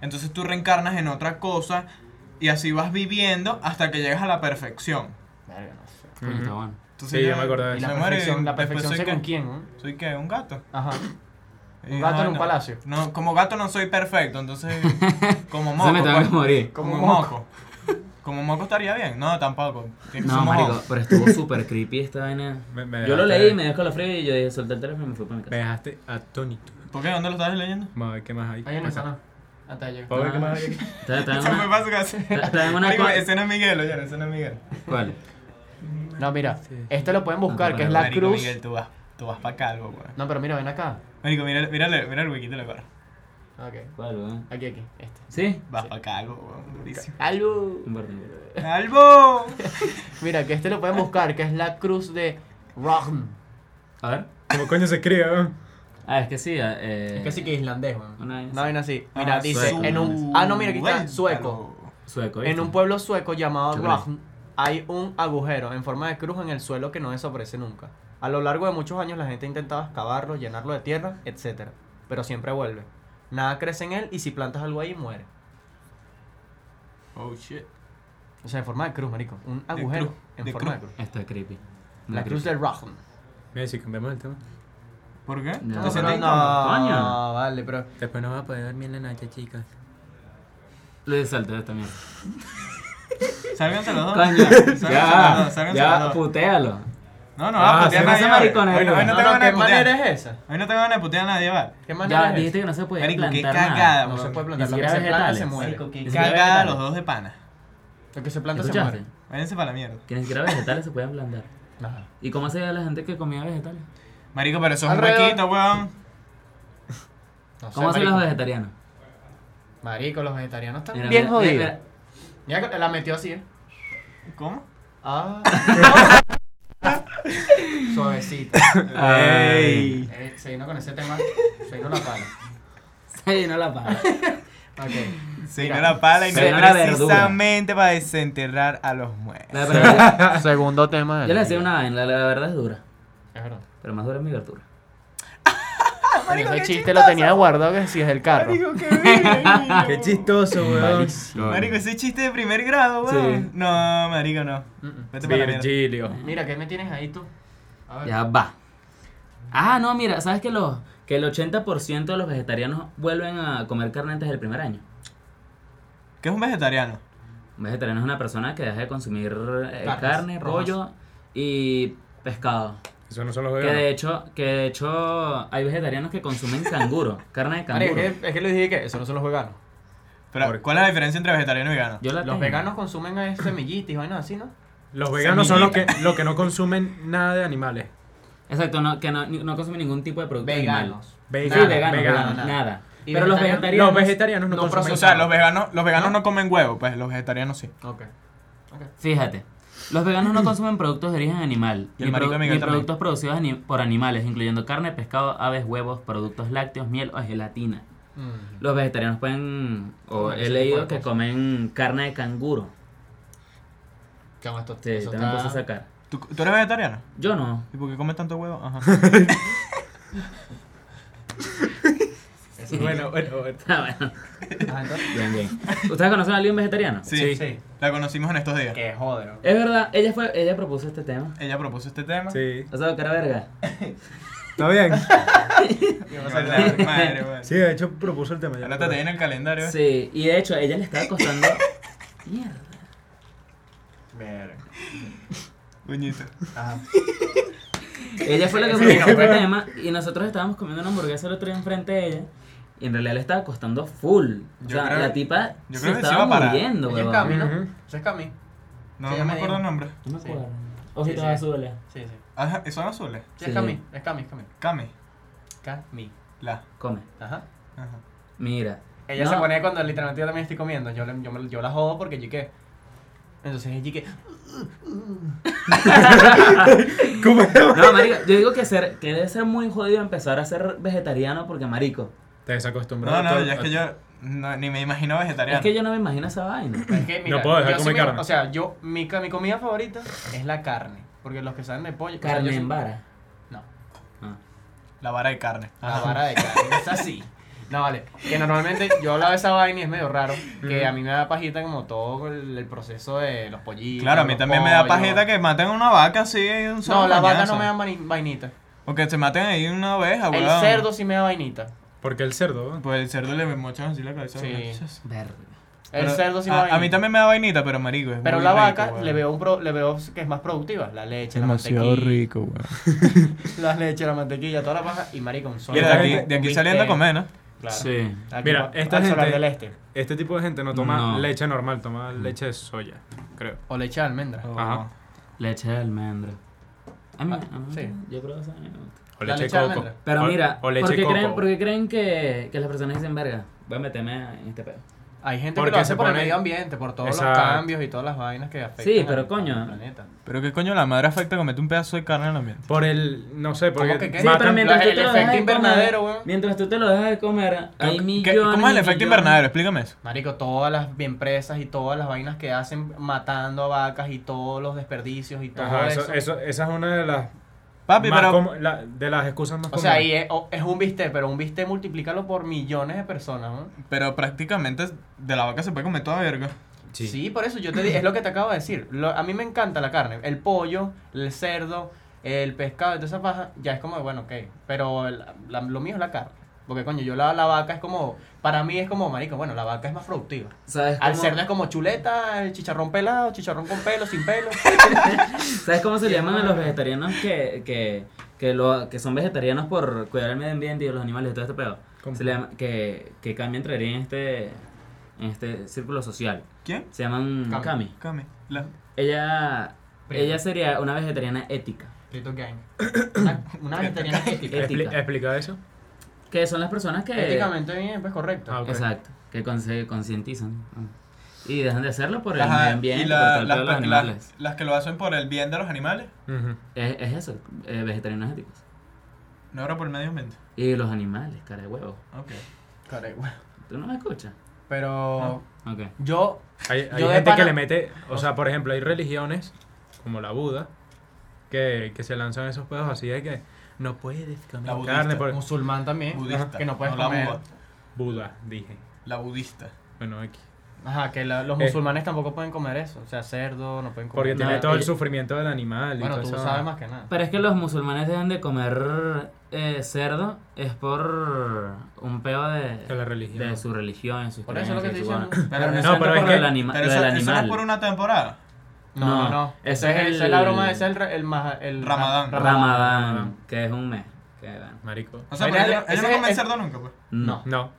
Speaker 4: entonces tú reencarnas en otra cosa y así vas viviendo hasta que llegas a la perfección.
Speaker 1: Verga, no sé.
Speaker 3: Coño, está bueno.
Speaker 4: Entonces
Speaker 2: Sí, yo me acordaba de
Speaker 1: Y
Speaker 2: eso.
Speaker 1: la
Speaker 4: me muero y
Speaker 1: perfección, la
Speaker 4: después
Speaker 1: perfección sé
Speaker 4: soy
Speaker 1: con
Speaker 4: qué.
Speaker 1: quién. ¿eh? ¿no?
Speaker 4: ¿Soy qué? ¿Un gato?
Speaker 1: Ajá. Un
Speaker 4: Y
Speaker 1: gato en
Speaker 4: no,
Speaker 1: un
Speaker 4: no.
Speaker 1: palacio.
Speaker 4: No, como gato no soy perfecto, entonces como
Speaker 3: Entonces
Speaker 4: moco.
Speaker 3: me tengo que
Speaker 4: pues.
Speaker 3: morir.
Speaker 4: Como,
Speaker 1: Como
Speaker 4: moco. Como moco estaría bien. No, tampoco. Tiene que ser
Speaker 3: No,
Speaker 4: moco.
Speaker 3: marico, pero estuvo súper creepy esta vaina.
Speaker 2: Me- me
Speaker 3: yo lo
Speaker 2: dejaste-
Speaker 3: leí, me dejó la frío y yo dije, solté el teléfono y me fui para mi
Speaker 2: Me
Speaker 3: casa.
Speaker 2: dejaste atónito.
Speaker 4: ¿Por qué? ¿Dónde lo estabas leyendo?
Speaker 2: Vamos a ver qué más hay.
Speaker 1: Ahí en el
Speaker 2: Acá.
Speaker 1: salón. Hasta Ah. allá.
Speaker 2: Vamos a ver qué más hay. aquí.
Speaker 3: Está, está en
Speaker 4: Se fue
Speaker 3: una...
Speaker 4: para su casa.
Speaker 3: está en una
Speaker 4: Marico,
Speaker 3: co-
Speaker 4: ese no es Miguel, oye, ese no es Miguel.
Speaker 3: ¿Cuál?
Speaker 1: No, mira, este lo pueden buscar,
Speaker 3: No,
Speaker 1: que es
Speaker 3: pero
Speaker 1: la
Speaker 4: Marico,
Speaker 1: cruz.
Speaker 4: Miguel, tú vas, tú vas para calvo, güey.
Speaker 1: No, pero mira, ven acá.
Speaker 4: Marico, mira, mira, mira el huequito de la cara.
Speaker 1: Ok.
Speaker 3: ¿Cuál, weón?
Speaker 1: Aquí, aquí. Este.
Speaker 3: ¿Sí?
Speaker 4: Vas para calvo, güey. Durísimo.
Speaker 1: Algo.
Speaker 3: Compártelo.
Speaker 4: ¡Calvo!
Speaker 1: Mira, que este lo pueden buscar, que es la cruz de Ragn.
Speaker 3: A ver.
Speaker 2: ¿Cómo coño se escribe? weón?
Speaker 3: Ah, es que sí. Eh,
Speaker 1: Es que sí que es islandés, weón.
Speaker 3: Una vaina
Speaker 1: Una vaina así. Mira,
Speaker 4: Ah,
Speaker 1: dice,
Speaker 3: sueco.
Speaker 1: en un... Ah, no, mira, aquí está, sueco.
Speaker 4: Suéltalo.
Speaker 3: Sueco.
Speaker 1: En
Speaker 3: ¿viste?
Speaker 1: un pueblo sueco llamado
Speaker 3: Chocolate.
Speaker 1: Ragn hay un agujero en forma de cruz en el suelo que no desaparece nunca. A lo largo de muchos años la gente ha intentado excavarlo, llenarlo de tierra, etc. Pero siempre vuelve. Nada crece en él y si plantas algo ahí muere.
Speaker 4: Oh, shit.
Speaker 1: O sea, en forma de cruz, marico. Un agujero
Speaker 4: cruz,
Speaker 1: en
Speaker 4: de
Speaker 1: forma
Speaker 4: cruz.
Speaker 1: de cruz.
Speaker 3: Está creepy.
Speaker 1: La cruz de Ragn.
Speaker 2: Mira, si cambiamos el tema.
Speaker 4: ¿Por qué?
Speaker 3: No,
Speaker 4: ¿Te
Speaker 1: No,
Speaker 4: sientes
Speaker 1: pero
Speaker 4: incómodo?
Speaker 1: no,
Speaker 3: Coño.
Speaker 1: Ah, vale, pero...
Speaker 2: Después no va a poder dormir en la noche, chicas.
Speaker 3: Le salté también.
Speaker 4: Sálganse los dos.
Speaker 3: Coño.
Speaker 4: Sálganse los
Speaker 3: ya,
Speaker 4: dos, sálganse
Speaker 3: ya,
Speaker 4: los dos.
Speaker 3: putéalo.
Speaker 4: No, no,
Speaker 2: Ah,
Speaker 4: va a putear
Speaker 2: sí,
Speaker 4: a nadie.
Speaker 3: ese
Speaker 4: vale.
Speaker 3: maricón ahí,
Speaker 4: Hoy no- hoy
Speaker 3: güey.
Speaker 4: no
Speaker 1: No,
Speaker 4: tengo
Speaker 1: no,
Speaker 4: ganas de
Speaker 1: ¿qué
Speaker 4: putear.
Speaker 1: manera es esa?
Speaker 4: Hoy no tengo ganas de putear a nadie, vale.
Speaker 1: ¿Qué manera
Speaker 3: Ya,
Speaker 1: es esa?
Speaker 3: dijiste que no se puede
Speaker 4: Marico, qué
Speaker 3: plantar
Speaker 4: cagada,
Speaker 3: nada.
Speaker 1: No se
Speaker 4: weón.
Speaker 1: puede
Speaker 3: Ni
Speaker 1: plantar. Lo que
Speaker 3: siquiera
Speaker 1: se planta se
Speaker 3: vegetales.
Speaker 1: muere.
Speaker 3: Marico, qué
Speaker 4: Qué
Speaker 3: cagada
Speaker 4: cagada
Speaker 3: vegetales.
Speaker 4: los dos de pana.
Speaker 1: Lo que se planta se
Speaker 3: ¿Escuchaste?
Speaker 1: muere.
Speaker 4: Váyanse para la mierda.
Speaker 3: Que ni siquiera vegetales se pueden plantar.
Speaker 1: Ajá.
Speaker 3: ¿Y cómo hacía la gente que comía vegetales?
Speaker 4: Marico, pero eso es un
Speaker 1: Alrededor.
Speaker 4: huequito, weón.
Speaker 1: No sé,
Speaker 3: ¿Cómo hacen
Speaker 1: marico.
Speaker 3: los vegetarianos?
Speaker 1: Marico, los vegetarianos están
Speaker 3: Mira,
Speaker 1: bien
Speaker 3: mira,
Speaker 1: jodidos.
Speaker 3: mira,
Speaker 1: Mira que la metió así, ¿eh?
Speaker 4: ¿Cómo?
Speaker 1: Ah. Suavecito.
Speaker 3: Ay.
Speaker 1: Eh, seguimos con ese tema. Seguimos la pala.
Speaker 3: Sí, no la paga.
Speaker 1: Ok.
Speaker 4: Se
Speaker 1: Mira,
Speaker 4: dio la pala y no
Speaker 3: se dio la
Speaker 4: precisamente para desenterrar a los muertos.
Speaker 3: La verdad-
Speaker 1: Segundo tema.
Speaker 3: yo
Speaker 1: del
Speaker 3: le
Speaker 1: día.
Speaker 3: decía una vaina, la, la verdad es dura.
Speaker 1: Es verdad.
Speaker 3: Pero más dura es mi verdura.
Speaker 4: Marico,
Speaker 1: ese
Speaker 4: qué
Speaker 1: chiste lo tenía guardado que si es el carro.
Speaker 4: Marico, qué bello.
Speaker 2: Qué chistoso, weón.
Speaker 4: Marico, ese chiste de primer grado, weón.
Speaker 3: Sí.
Speaker 4: No, marico, no.
Speaker 1: Mm-mm.
Speaker 4: Vete para la mierda.
Speaker 2: Virgilio.
Speaker 1: Mira, ¿qué me tienes ahí tú? A ver.
Speaker 3: Ya va. Ah, no, mira, ¿sabes que, los, que el 80% de los vegetarianos vuelven a comer carne antes del primer año?
Speaker 4: ¿Qué es un vegetariano?
Speaker 3: Un vegetariano es una persona que deja de consumir eh,
Speaker 1: Carnes,
Speaker 3: carne,
Speaker 1: rojas.
Speaker 3: rollo y pescado.
Speaker 2: Eso no son los
Speaker 3: Que de
Speaker 2: veganos.
Speaker 3: hecho, que de hecho hay vegetarianos que consumen canguro, carne de
Speaker 1: Marico,
Speaker 3: canguro.
Speaker 1: es que, es que les dije que eso no son los veganos.
Speaker 4: Pero,
Speaker 2: Por-
Speaker 4: ¿cuál es la diferencia entre vegetariano y vegano?
Speaker 3: Yo la
Speaker 1: Los
Speaker 3: tengo.
Speaker 1: veganos consumen eh, semillitas y vainas así, ¿no?
Speaker 2: Los veganos son los que, los que no consumen nada de animales.
Speaker 3: Exacto, no, que no, ni- no consumen ningún tipo de producto animal.
Speaker 1: Veganos.
Speaker 3: Sí,
Speaker 1: Nada,
Speaker 2: Veganos.
Speaker 3: veganos,
Speaker 2: veganos.
Speaker 3: veganos,
Speaker 1: nada.
Speaker 3: nada.
Speaker 1: Y
Speaker 3: Pero los
Speaker 1: vegetarianos-
Speaker 2: Los
Speaker 3: vegetarianos...
Speaker 2: vegetarianos no,
Speaker 1: No
Speaker 2: consumen
Speaker 4: O
Speaker 1: procesados.
Speaker 4: sea, los veganos, los veganos no comen huevo, pues los vegetarianos sí.
Speaker 1: Ok. Ok.
Speaker 3: Fíjate, los veganos no consumen productos de origen animal,
Speaker 4: Y el
Speaker 3: ni,
Speaker 4: marico de
Speaker 3: produ-
Speaker 4: Miguel
Speaker 3: ni
Speaker 4: también.
Speaker 3: productos producidos ani- por animales, incluyendo carne, pescado, aves, huevos, productos lácteos, miel o gelatina.
Speaker 1: Mm.
Speaker 3: Los vegetarianos pueden, o
Speaker 1: Comer
Speaker 3: he
Speaker 1: ese
Speaker 3: leído
Speaker 1: tipo de
Speaker 3: que
Speaker 1: cosas.
Speaker 3: comen carne de canguro.
Speaker 1: ¿Qué hago esto?
Speaker 3: Sí,
Speaker 1: Eso
Speaker 3: también
Speaker 1: está-
Speaker 3: puse a sacar.
Speaker 4: ¿Tú, tú eres vegetariano?
Speaker 3: Yo no.
Speaker 4: ¿Y por qué comes tanto huevo? Ajá.
Speaker 1: eso-
Speaker 2: Bueno, bueno, bueno.
Speaker 3: Ah, bueno.
Speaker 1: Ah, entonces-
Speaker 3: Bien, bien. ¿Ustedes conocen a alguien vegetariano?
Speaker 4: Sí,
Speaker 1: Sí.
Speaker 4: La conocimos en estos días.
Speaker 1: Que joder.
Speaker 3: Es verdad, ella fue, ella propuso este tema.
Speaker 4: Ella propuso este tema.
Speaker 2: Sí.
Speaker 3: ¿Has dado cara verga?
Speaker 2: ¿Está bien?
Speaker 4: Y vamos a hablar, madre, weón.
Speaker 2: Sí, de hecho propuso el tema. ya
Speaker 4: Ahora te
Speaker 2: recuerdo.
Speaker 4: tiene el calendario. Sí.
Speaker 3: Sí, y de hecho a ella le estaba costando... Mierda.
Speaker 1: Verga.
Speaker 4: Buñito.
Speaker 1: Ajá.
Speaker 3: Ella fue la que
Speaker 1: Sí,
Speaker 3: propuso
Speaker 1: bueno.
Speaker 3: el tema y nosotros estábamos comiendo una hamburguesa el otro día enfrente de ella y en realidad le estaba costando full. O
Speaker 4: Yo
Speaker 3: sea,
Speaker 4: creo-
Speaker 3: la tipa
Speaker 4: yo
Speaker 3: se
Speaker 4: creo que sí
Speaker 3: estaba
Speaker 4: va a parar.
Speaker 3: muriendo,
Speaker 1: Ese es
Speaker 3: weón.
Speaker 1: Cami, ¿no?
Speaker 2: Ujú.
Speaker 1: Ese es Cami.
Speaker 4: No,
Speaker 1: Sí, ya
Speaker 4: no me
Speaker 1: me
Speaker 4: acuerdo el
Speaker 1: dijo.
Speaker 4: nombre.
Speaker 3: No me
Speaker 1: Sí.
Speaker 3: acuerdo. Ojitos
Speaker 1: Sí, sí.
Speaker 3: azules.
Speaker 1: Sí, sí.
Speaker 4: Ah, ¿Son azules?
Speaker 1: Sí,
Speaker 3: Sí.
Speaker 1: es Cami. Es Cami, es Cami.
Speaker 4: Cami.
Speaker 1: Cami.
Speaker 4: La.
Speaker 3: Come.
Speaker 1: Ajá.
Speaker 4: Ajá.
Speaker 3: Mira.
Speaker 1: Ella
Speaker 3: No.
Speaker 1: se pone cuando literalmente yo también estoy comiendo. Yo, le- yo, me- yo la jodo porque yo qué. Entonces ella que.
Speaker 2: ¿Cómo era?
Speaker 3: No, marico, yo digo que ser, que debe ser muy jodido empezar a ser vegetariano porque marico.
Speaker 2: Te desacostumbrado.
Speaker 4: No, no, ya es que yo no, ni me imagino vegetariano.
Speaker 3: Es que yo no me imagino esa vaina.
Speaker 1: Es que, mira,
Speaker 2: No puedo dejar
Speaker 1: yo
Speaker 2: de comer
Speaker 1: soy mi-
Speaker 2: carne.
Speaker 1: O sea, yo, mi, ca- mi comida favorita es la carne. Porque los que saben de pollo. o sea, yo
Speaker 3: Carne
Speaker 1: soy-
Speaker 3: en vara.
Speaker 1: No,
Speaker 3: Ah.
Speaker 4: La vara de carne.
Speaker 1: la vara de carne. es así. No, vale. Que normalmente yo hablaba de esa vaina y es medio raro. Que a mí me da pajita como todo el, el proceso de los pollitos.
Speaker 4: Claro, a mí
Speaker 1: los
Speaker 4: también me da
Speaker 1: pollos.
Speaker 4: pajeta que maten una vaca así en un solo
Speaker 1: No, las vacas
Speaker 4: coñazo.
Speaker 1: no me dan vaini- vainita.
Speaker 4: O que se maten ahí una oveja,
Speaker 1: El
Speaker 4: weón.
Speaker 1: cerdo sí me da vainita.
Speaker 2: Porque el cerdo, weón?
Speaker 4: Pues el cerdo le mochan así la cabeza.
Speaker 1: Sí.
Speaker 4: weón.
Speaker 3: Verga.
Speaker 1: El
Speaker 4: Pero
Speaker 1: cerdo sí me da
Speaker 4: a,
Speaker 1: vainita.
Speaker 4: a mí también me da vainita, pero marico. es
Speaker 1: Pero
Speaker 4: muy
Speaker 1: la
Speaker 4: rico,
Speaker 1: vaca
Speaker 4: weón.
Speaker 1: le veo un pro- le veo que es más productiva. La leche, la mantequilla.
Speaker 4: weón.
Speaker 1: La leche, la mantequilla, toda la paja y marico, un solo
Speaker 4: Mira, de
Speaker 1: plato,
Speaker 4: aquí, de
Speaker 1: un
Speaker 4: aquí
Speaker 1: bistec,
Speaker 4: saliendo a comer, ¿no?
Speaker 1: Claro.
Speaker 3: Sí.
Speaker 1: Aquí
Speaker 2: Mira,
Speaker 1: pa-
Speaker 2: esta
Speaker 1: al solar
Speaker 2: gente-
Speaker 1: del este.
Speaker 2: Este tipo de gente no toma
Speaker 3: No.
Speaker 2: leche normal, toma leche de soya, creo.
Speaker 1: O leche de almendra.
Speaker 4: O-
Speaker 2: Ajá.
Speaker 3: Leche de almendra. A mí,
Speaker 1: Ah,
Speaker 3: a mí-
Speaker 1: sí.
Speaker 3: yo creo que esa vaina me gusta.
Speaker 2: O
Speaker 1: La
Speaker 2: leche,
Speaker 1: leche de
Speaker 2: de coco.
Speaker 1: almendra.
Speaker 3: Pero
Speaker 2: O-
Speaker 3: mira,
Speaker 2: o leche
Speaker 3: ¿por qué
Speaker 2: de coco.
Speaker 3: creen, por qué creen que, que las personas dicen, verga, voy a meterme en este pedo?
Speaker 1: Hay gente que
Speaker 2: Porque
Speaker 1: lo hace
Speaker 2: se
Speaker 1: por el
Speaker 2: pone-
Speaker 1: medio ambiente, por todos los
Speaker 2: Exacto.
Speaker 1: cambios y todas las vainas que afectan
Speaker 3: Sí, pero
Speaker 1: al-
Speaker 3: coño.
Speaker 1: al planeta.
Speaker 4: Pero qué coño la madre afecta comete un pedazo de carne en el ambiente.
Speaker 2: Por el, no sé, porque
Speaker 1: ¿Cómo que qué?
Speaker 3: Sí, pero
Speaker 2: matan-
Speaker 1: también-
Speaker 3: mientras
Speaker 1: la-
Speaker 3: tú
Speaker 1: el
Speaker 3: te lo
Speaker 1: efecto
Speaker 3: dejas de
Speaker 1: invernadero,
Speaker 3: comer,
Speaker 1: weón.
Speaker 3: Mientras tú te lo dejas de comer, hay
Speaker 4: ¿Qué-
Speaker 3: millones.
Speaker 4: ¿Cómo es el
Speaker 3: y
Speaker 4: efecto
Speaker 3: millones.
Speaker 4: invernadero? Explícame eso.
Speaker 1: Marico, todas las empresas y todas las vainas que hacen matando a vacas y todos los desperdicios y todo
Speaker 2: Ajá,
Speaker 1: eso.
Speaker 2: eso, eso- esa es una de las,
Speaker 4: Papi,
Speaker 2: más
Speaker 4: pero.
Speaker 2: com- la- de las excusas más
Speaker 1: O sea,
Speaker 2: comunes.
Speaker 1: y es, o- es un bistec, pero un bistec multiplícalo por millones de personas, ¿no?
Speaker 4: Pero prácticamente de la vaca se puede comer toda verga.
Speaker 1: Sí. por eso yo te di- es lo que te acabo de decir. Lo- a mí me encanta la carne, el pollo, el cerdo, el pescado, y toda esa paja, ya es como, bueno, ok, pero el- la- lo mío es la carne. Porque coño, yo la, la vaca es como, para mí es como, marico, bueno, la vaca es más productiva.
Speaker 3: ¿Sabes
Speaker 1: Al
Speaker 3: cómo-
Speaker 1: cerdo es como chuleta, el chicharrón pelado, chicharrón con pelo, sin pelo.
Speaker 3: ¿Sabes cómo se le llaman a los vegetarianos que, que, que, lo, que son vegetarianos por cuidar el medio ambiente y los animales y todo este pedo?
Speaker 2: ¿Cómo?
Speaker 3: Se le llama, que, que Cami entraría en este, en este círculo social.
Speaker 4: ¿Quién?
Speaker 3: Se llaman
Speaker 1: Cami.
Speaker 3: Cami.
Speaker 4: Cami. La...
Speaker 3: Ella,
Speaker 1: Prima.
Speaker 3: ella sería una vegetariana ética.
Speaker 1: Frito gang. Una, una vegetariana
Speaker 3: Eh,
Speaker 1: ética.
Speaker 2: Expli-
Speaker 3: ética.
Speaker 2: explica eso.
Speaker 3: Que son las personas que...
Speaker 1: Éticamente bien, pues correcto.
Speaker 2: Ah, ok.
Speaker 3: Exacto. Que con- se concientizan. ah, Y dejan de hacerlo por el
Speaker 4: Ajá,
Speaker 3: medio ambiente,
Speaker 4: y la-
Speaker 3: por todo el
Speaker 4: las,
Speaker 3: pedo de los
Speaker 4: las-
Speaker 3: animales.
Speaker 4: las que lo hacen por el bien de los animales,
Speaker 2: Ujú.
Speaker 3: Es, es eso, eh, vegetarianos éticos.
Speaker 4: no era por el medio ambiente. Eh,
Speaker 3: Y los animales, cara de huevo.
Speaker 4: Ok.
Speaker 1: Caray, güey.
Speaker 3: ¿Tú no me escuchas?
Speaker 1: Pero
Speaker 3: Ok.
Speaker 1: yo,
Speaker 2: Hay, hay
Speaker 1: Yo de
Speaker 2: gente que
Speaker 1: pana-
Speaker 2: le mete, o sea, por ejemplo, hay religiones como la Buda que, que se lanzan esos pedos así de que no puedes comer
Speaker 4: La budista,
Speaker 2: carne por
Speaker 1: musulmán también,
Speaker 4: Budista.
Speaker 1: que no puedes
Speaker 4: la
Speaker 1: comer.
Speaker 4: buda,
Speaker 2: Buda, dije.
Speaker 4: la budista.
Speaker 2: Bueno, aquí.
Speaker 1: Ajá, que la- los
Speaker 2: Eh.
Speaker 1: musulmanes tampoco pueden comer eso. O sea, cerdo, no pueden
Speaker 2: Porque
Speaker 1: comer.
Speaker 2: tiene
Speaker 3: No,
Speaker 2: todo el
Speaker 3: eh,
Speaker 2: sufrimiento del animal y
Speaker 1: Bueno,
Speaker 2: todo
Speaker 1: tú
Speaker 2: eso.
Speaker 1: sabes más que nada.
Speaker 3: Pero es que los musulmanes dejan de comer eh, cerdo es por un peo de,
Speaker 2: De la religión.
Speaker 3: de su religión, de sus
Speaker 1: Por eso es lo que
Speaker 3: creencias y
Speaker 1: estoy
Speaker 3: su-
Speaker 1: diciendo.
Speaker 3: Pero no,
Speaker 2: No,
Speaker 3: es
Speaker 2: pero
Speaker 3: tanto
Speaker 2: es
Speaker 3: por
Speaker 2: que-
Speaker 3: el anima-
Speaker 4: Pero
Speaker 3: lo
Speaker 4: eso,
Speaker 3: del
Speaker 4: eso no es
Speaker 3: animal.
Speaker 4: por una temporada.
Speaker 1: No, no,
Speaker 3: no,
Speaker 1: no. Ese
Speaker 3: ese es
Speaker 1: es, esa
Speaker 3: el-
Speaker 1: es la broma, ese es el, re- el, maja- el ra-
Speaker 4: Ramadán.
Speaker 3: Ramadán, que es un mes. que, bueno,
Speaker 2: Marico.
Speaker 4: O sea,
Speaker 1: Ahí
Speaker 4: pero
Speaker 1: nadie-
Speaker 4: ellos, ellos no
Speaker 1: ese-
Speaker 4: comen
Speaker 1: es-
Speaker 4: cerdo nunca, pues.
Speaker 3: Ah, no.
Speaker 2: No.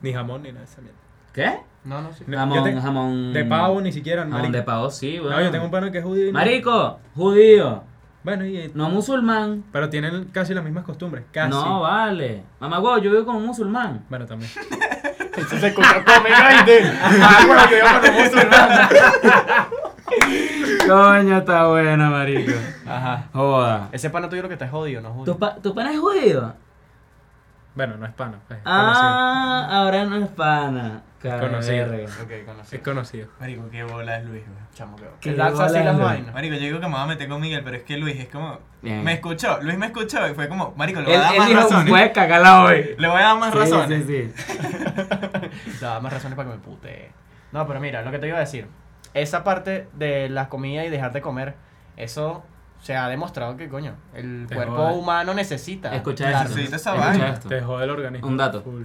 Speaker 2: Ni jamón ni nada de esa mierda.
Speaker 3: ¿Qué?
Speaker 1: No, no, sí.
Speaker 2: No,
Speaker 3: Jamón,
Speaker 2: yo te-
Speaker 3: jamón.
Speaker 2: De pavo ni siquiera,
Speaker 3: Mm. Jamón
Speaker 2: marico.
Speaker 3: de pavo, sí, weón.
Speaker 2: No, yo tengo un pano que es judío. y no-
Speaker 3: Marico, judío,
Speaker 2: Bueno, y...
Speaker 3: no musulmán.
Speaker 2: Pero tienen casi las mismas costumbres. Casi.
Speaker 3: No, vale. Mamá, huevo, yo vivo con un musulmán.
Speaker 2: Bueno, también.
Speaker 1: Eso se escucha como grande. Ah, bueno, yo iba con los musulmanes.
Speaker 3: Coño, está buena, marico.
Speaker 1: Ajá.
Speaker 3: Joda.
Speaker 1: Ese pana tuyo lo que te jodido, no
Speaker 3: ¿Tu,
Speaker 1: jodido.
Speaker 3: pa ¿Tu pana es judío?
Speaker 2: Bueno, no es pano. Es
Speaker 3: Ah, ahora no es pana. Cara de
Speaker 2: Conocido.
Speaker 3: verga.
Speaker 1: Ok, conocí.
Speaker 2: conocido. Es conocido.
Speaker 4: Marico, qué bola es Luis, güey.
Speaker 1: Chamo, que-
Speaker 3: Qué
Speaker 1: que lanza así
Speaker 3: bola,
Speaker 1: las
Speaker 3: güey.
Speaker 1: vainas.
Speaker 4: Marico, yo digo que me voy a meter con Miguel, pero es que Luis es como.
Speaker 3: Bien.
Speaker 4: Me escuchó, Luis me escuchó y fue como, Marico, le voy
Speaker 3: Él,
Speaker 4: a dar
Speaker 3: él
Speaker 4: más
Speaker 3: dijo,
Speaker 4: razones.
Speaker 3: puedes cagarla hoy.
Speaker 4: Le voy a dar más ¿eh? razones.
Speaker 3: Sí, sí, sí.
Speaker 1: Da más razones para que me putee. No, pero mira, lo que te iba a decir. Esa parte de la comida y dejar de comer, eso se ha demostrado que, coño, el
Speaker 2: Te
Speaker 1: cuerpo
Speaker 2: jode.
Speaker 1: humano necesita.
Speaker 3: Escucha
Speaker 1: la-
Speaker 3: esto.
Speaker 4: sí, esa
Speaker 3: escucha
Speaker 4: vaina.
Speaker 3: esto.
Speaker 2: Te jode el organismo.
Speaker 3: Un dato.
Speaker 2: Full.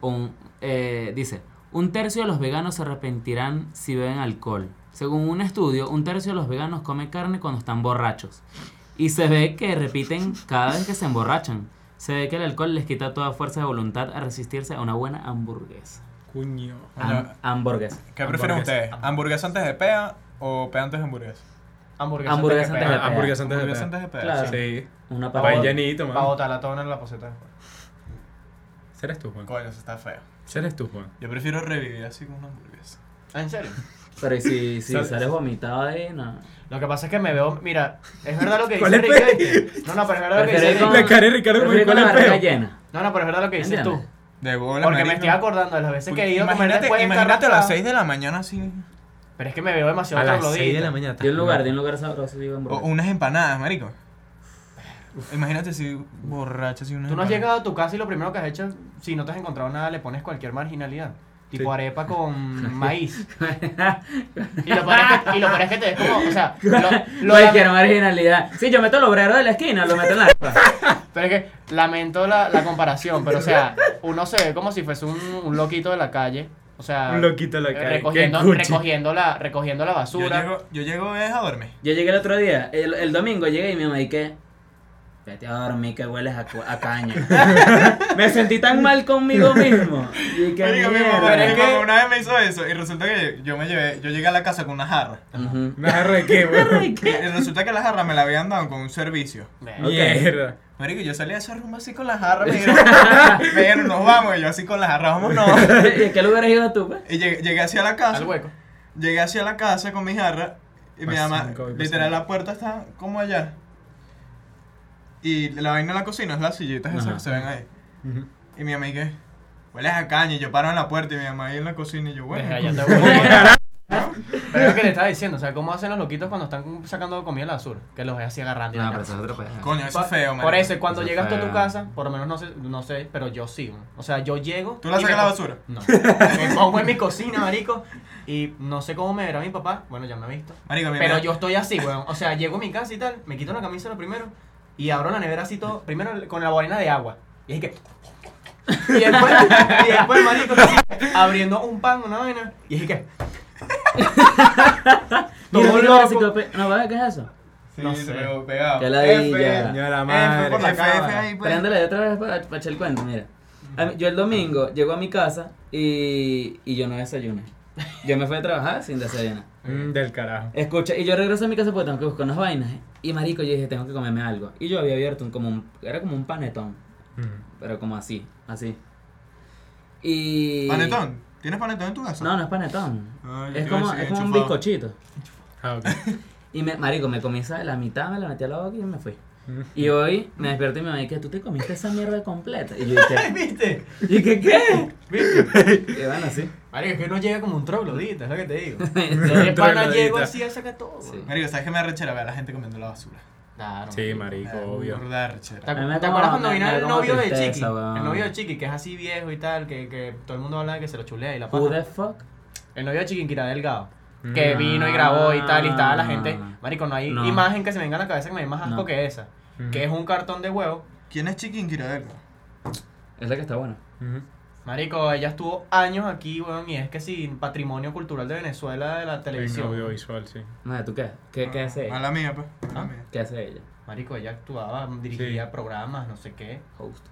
Speaker 3: Un- eh, dice, un tercio de los veganos se arrepentirán si beben alcohol. Según un estudio, un tercio de los veganos come carne cuando están borrachos. Y se ve que repiten cada vez que se emborrachan. Se ve que el alcohol les quita toda fuerza de voluntad a resistirse a una buena hamburguesa.
Speaker 2: Cuño.
Speaker 3: Ham-
Speaker 4: Hola.
Speaker 3: hamburguesa.
Speaker 4: ¿Qué prefieren
Speaker 2: Hamburguesa.
Speaker 4: ustedes? ¿Hamburguesa antes de pea o pea antes de hamburguesa?
Speaker 1: Hamburguesa,
Speaker 3: Hamburguesa
Speaker 1: antes que
Speaker 3: antes de
Speaker 1: pea.
Speaker 2: Ah, hamburguesa antes de
Speaker 4: hamburguesa
Speaker 2: pea.
Speaker 4: antes de pea.
Speaker 3: Claro.
Speaker 4: Sí.
Speaker 2: Sí.
Speaker 3: Una
Speaker 1: Pa'
Speaker 2: Pan
Speaker 1: bot-
Speaker 2: llanito,
Speaker 1: Para
Speaker 2: man.
Speaker 1: botar la tona en la poseta después.
Speaker 2: ¿Serás tú, Juan?
Speaker 4: Coño, eso está feo.
Speaker 2: ¿Serás tú, Juan?
Speaker 4: Yo prefiero revivir así con una hamburguesa.
Speaker 1: Ah, ¿En serio?
Speaker 3: Pero ¿y si, si
Speaker 2: ¿Sabes?
Speaker 3: sales vomitado ahí, no.
Speaker 1: Lo que pasa es que me veo. Mira, es verdad lo que
Speaker 2: ¿Cuál
Speaker 1: dice
Speaker 2: es
Speaker 1: Ricky. ¿viste? No, no, pero es verdad lo que dice Ricky.
Speaker 3: Prefiero con-
Speaker 2: La cara de Ricardo como
Speaker 3: prefiero con
Speaker 2: que
Speaker 3: la
Speaker 2: cuál es
Speaker 3: barriga
Speaker 2: el peo.
Speaker 3: llena.
Speaker 1: No, no, pero es verdad lo que dices tú.
Speaker 3: Entiendes.
Speaker 4: De bola,
Speaker 1: Porque me
Speaker 4: marico.
Speaker 1: estoy acordando de las veces que he ido a comer
Speaker 4: imagínate,
Speaker 1: después en
Speaker 4: imagínate a
Speaker 1: Carraza.
Speaker 4: las 6 de la mañana así.
Speaker 1: Pero es que me veo demasiado
Speaker 2: A las
Speaker 1: troglodita.
Speaker 2: 6 de la mañana.
Speaker 3: De un lugar, de un lugar sabroso, digo
Speaker 4: O
Speaker 3: hamburguesa.
Speaker 4: unas empanadas, marico. Imagínate si borracho, si unas
Speaker 2: Mm,
Speaker 1: Tú no has
Speaker 4: empanadas.
Speaker 1: llegado a tu casa y lo primero que has hecho, si no te has encontrado nada, le pones cualquier marginalidad. Tipo
Speaker 2: Sí.
Speaker 1: arepa con maíz. y, lo peor es que, y lo peor es que te ves como, o sea, lo, lo lame-
Speaker 3: Cualquier marginalidad. Sí, yo meto el obrero de la esquina, lo meto en la ropa.
Speaker 1: pero es que lamento la, la comparación, pero o sea, uno se ve como si fuese un, un loquito de la calle. O sea,
Speaker 2: Un loquito de la calle,
Speaker 1: Recogiendo,
Speaker 2: qué cuchi.
Speaker 1: recogiendo, la, recogiendo la
Speaker 4: Yo
Speaker 1: basura.
Speaker 4: llego, yo llego es a dormir.
Speaker 3: Yo llegué el otro día, el, el domingo llegué y mi mamá y que vete a dormir que hueles a, cu- a caña. me sentí tan mal conmigo mismo. Y que
Speaker 4: Marico, mi mamá,
Speaker 3: mierda.
Speaker 4: mi
Speaker 1: es
Speaker 4: mamá
Speaker 1: que-
Speaker 4: una vez me hizo eso y resulta que yo me llevé, yo llegué a la casa con una jarra.
Speaker 3: Ujú.
Speaker 2: Me agarré aquí,
Speaker 3: Ay,
Speaker 2: weón.
Speaker 4: Y
Speaker 3: qué-
Speaker 4: resulta que la jarra me la habían dado con un servicio.
Speaker 1: Nah.
Speaker 2: Mierda.
Speaker 4: Marico, yo salí a esa rumba así con la jarra, me dijeron, me dijeron, nos vamos, y yo así con la jarra, vámonos.
Speaker 3: ¿Y a qué lugar has ido tú? pues?
Speaker 4: Y llegué, llegué hacia la casa,
Speaker 1: Al hueco.
Speaker 4: llegué hacia la casa con mi jarra, y mi
Speaker 2: Más
Speaker 4: mamá,
Speaker 2: cinco, más
Speaker 4: literal,
Speaker 2: cinco.
Speaker 4: la puerta está como allá. Y la vaina de la cocina es las sillitas esas
Speaker 3: Ajá.
Speaker 4: que se ven ahí.
Speaker 2: Ujú.
Speaker 4: Y mi mamá, ¿y qué? Hueles a caña, y yo paro en la puerta, y mi mamá ahí en la cocina, y yo, bueno.
Speaker 1: Deja, ya te voy. Pero es lo que le estaba diciendo, o sea, ¿cómo hacen los loquitos cuando están sacando comida de la basura? Que los ves así agarrando. y la-
Speaker 4: Coño, eso es feo, marico.
Speaker 1: Por eso, cuando
Speaker 3: Eso
Speaker 1: llegas tú a tu
Speaker 3: fue-
Speaker 1: casa, por lo menos no sé, no sé, pero yo sí. ¿no? O sea, yo llego.
Speaker 4: ¿Tú la
Speaker 1: y
Speaker 4: sacas
Speaker 1: me-
Speaker 4: la basura?
Speaker 1: No. Me pongo en mi cocina, marico. Y no sé cómo me verá mi papá. Bueno, ya me ha visto.
Speaker 4: Marico, mi
Speaker 1: Pero
Speaker 4: mamá-
Speaker 1: yo estoy así, weón. O sea, llego a mi casa y tal, me quito la camisa lo primero. Y abro la nevera así todo. Primero con la bolina de agua. Y es que. Y después, y después marico, así, abriendo un pan, una vaina. Y es que.
Speaker 3: Mira,
Speaker 1: Todo
Speaker 3: mira,
Speaker 1: loco.
Speaker 3: la enciclope- No, ¿vale? ¿qué es eso?
Speaker 4: Sí,
Speaker 1: No
Speaker 4: se
Speaker 1: sé.
Speaker 4: pegó pegado.
Speaker 3: Qué ladilla.
Speaker 4: F,
Speaker 2: Señora
Speaker 4: F por la
Speaker 2: madre.
Speaker 4: F, ahí, pues.
Speaker 3: Préndele otra vez para, echar el cuento, mira. A mí- Yo el domingo llego a mi casa y, y yo no desayuné. Yo me fui a trabajar sin desayunar.
Speaker 2: Mm, Del carajo.
Speaker 3: Escucha, y yo regreso a mi casa porque tengo que buscar unas vainas. Y marico, yo dije, tengo que comerme algo. Y yo había abierto un, como un, era como un panetón.
Speaker 2: Ujú.
Speaker 3: Pero como así, así. Y.
Speaker 4: ¿Panetón? ¿Tienes panetón en tu casa?
Speaker 3: No, no es panetón.
Speaker 4: Ah, yo
Speaker 3: es
Speaker 4: te
Speaker 3: como,
Speaker 4: iba a decir
Speaker 3: es como un
Speaker 4: enchufado.
Speaker 3: bizcochito.
Speaker 2: Ah, ok.
Speaker 3: Y me, marico, me comí esa, la mitad, me la metí a la boca y me fui.
Speaker 2: Mm.
Speaker 3: Y hoy me despierto y me dije, ¿tú te comiste esa mierda completa? Y yo dije,
Speaker 1: ¿Viste?
Speaker 3: ¿y dije, qué?
Speaker 1: ¿Viste?
Speaker 3: Y bueno, sí.
Speaker 1: Marico, es que uno llega como un troglodita, es lo que te digo.
Speaker 3: Entonces,
Speaker 1: De pana
Speaker 2: troglodita.
Speaker 1: llego así a sacar todo.
Speaker 3: Sí.
Speaker 1: weón.
Speaker 4: Marico, ¿sabes qué me arrechera ver a la gente comiendo la basura?
Speaker 1: Claro.
Speaker 2: Sí,
Speaker 1: marico.
Speaker 2: marico,
Speaker 4: Me da
Speaker 2: obvio.
Speaker 4: burda de
Speaker 1: ¿Te,
Speaker 4: arrechera.
Speaker 3: A mí
Speaker 1: acu-
Speaker 3: me
Speaker 1: te
Speaker 3: da
Speaker 1: acuerdas
Speaker 3: como-
Speaker 1: cuando
Speaker 3: me
Speaker 1: vino
Speaker 3: da
Speaker 1: el
Speaker 3: como
Speaker 1: novio de
Speaker 3: tristeza,
Speaker 1: Chiqui?
Speaker 3: weón.
Speaker 1: El novio de Chiqui, que es así viejo y tal, que, que todo el mundo habla de que se lo chulea y la
Speaker 3: who the
Speaker 1: paja.
Speaker 3: fuck?
Speaker 1: El novio de Chiqui, Kira Delgado. Que
Speaker 3: Mm.
Speaker 1: vino y grabó y tal, y estaba la
Speaker 3: Ah.
Speaker 1: gente. Marico, no hay
Speaker 3: No.
Speaker 1: imagen que se me venga a la cabeza que me dé más asco
Speaker 3: No.
Speaker 1: que esa.
Speaker 2: Ujú.
Speaker 1: Que es un cartón de huevo.
Speaker 4: ¿Quién es Chiqui Inquiradero?
Speaker 3: Es la que está buena.
Speaker 2: Ujú.
Speaker 1: Marico, ella estuvo años aquí, weón, y es que sin patrimonio cultural de Venezuela de la
Speaker 2: En
Speaker 1: televisión.
Speaker 2: audiovisual, sí.
Speaker 3: Madre, ¿tú qué? ¿Qué, qué hace ella?
Speaker 4: Mala mía, pues. Mala
Speaker 1: Ah.
Speaker 4: mía.
Speaker 3: ¿Qué hace ella?
Speaker 1: Marico, ella actuaba, dirigía
Speaker 2: Sí.
Speaker 1: programas, no sé qué.
Speaker 3: Host.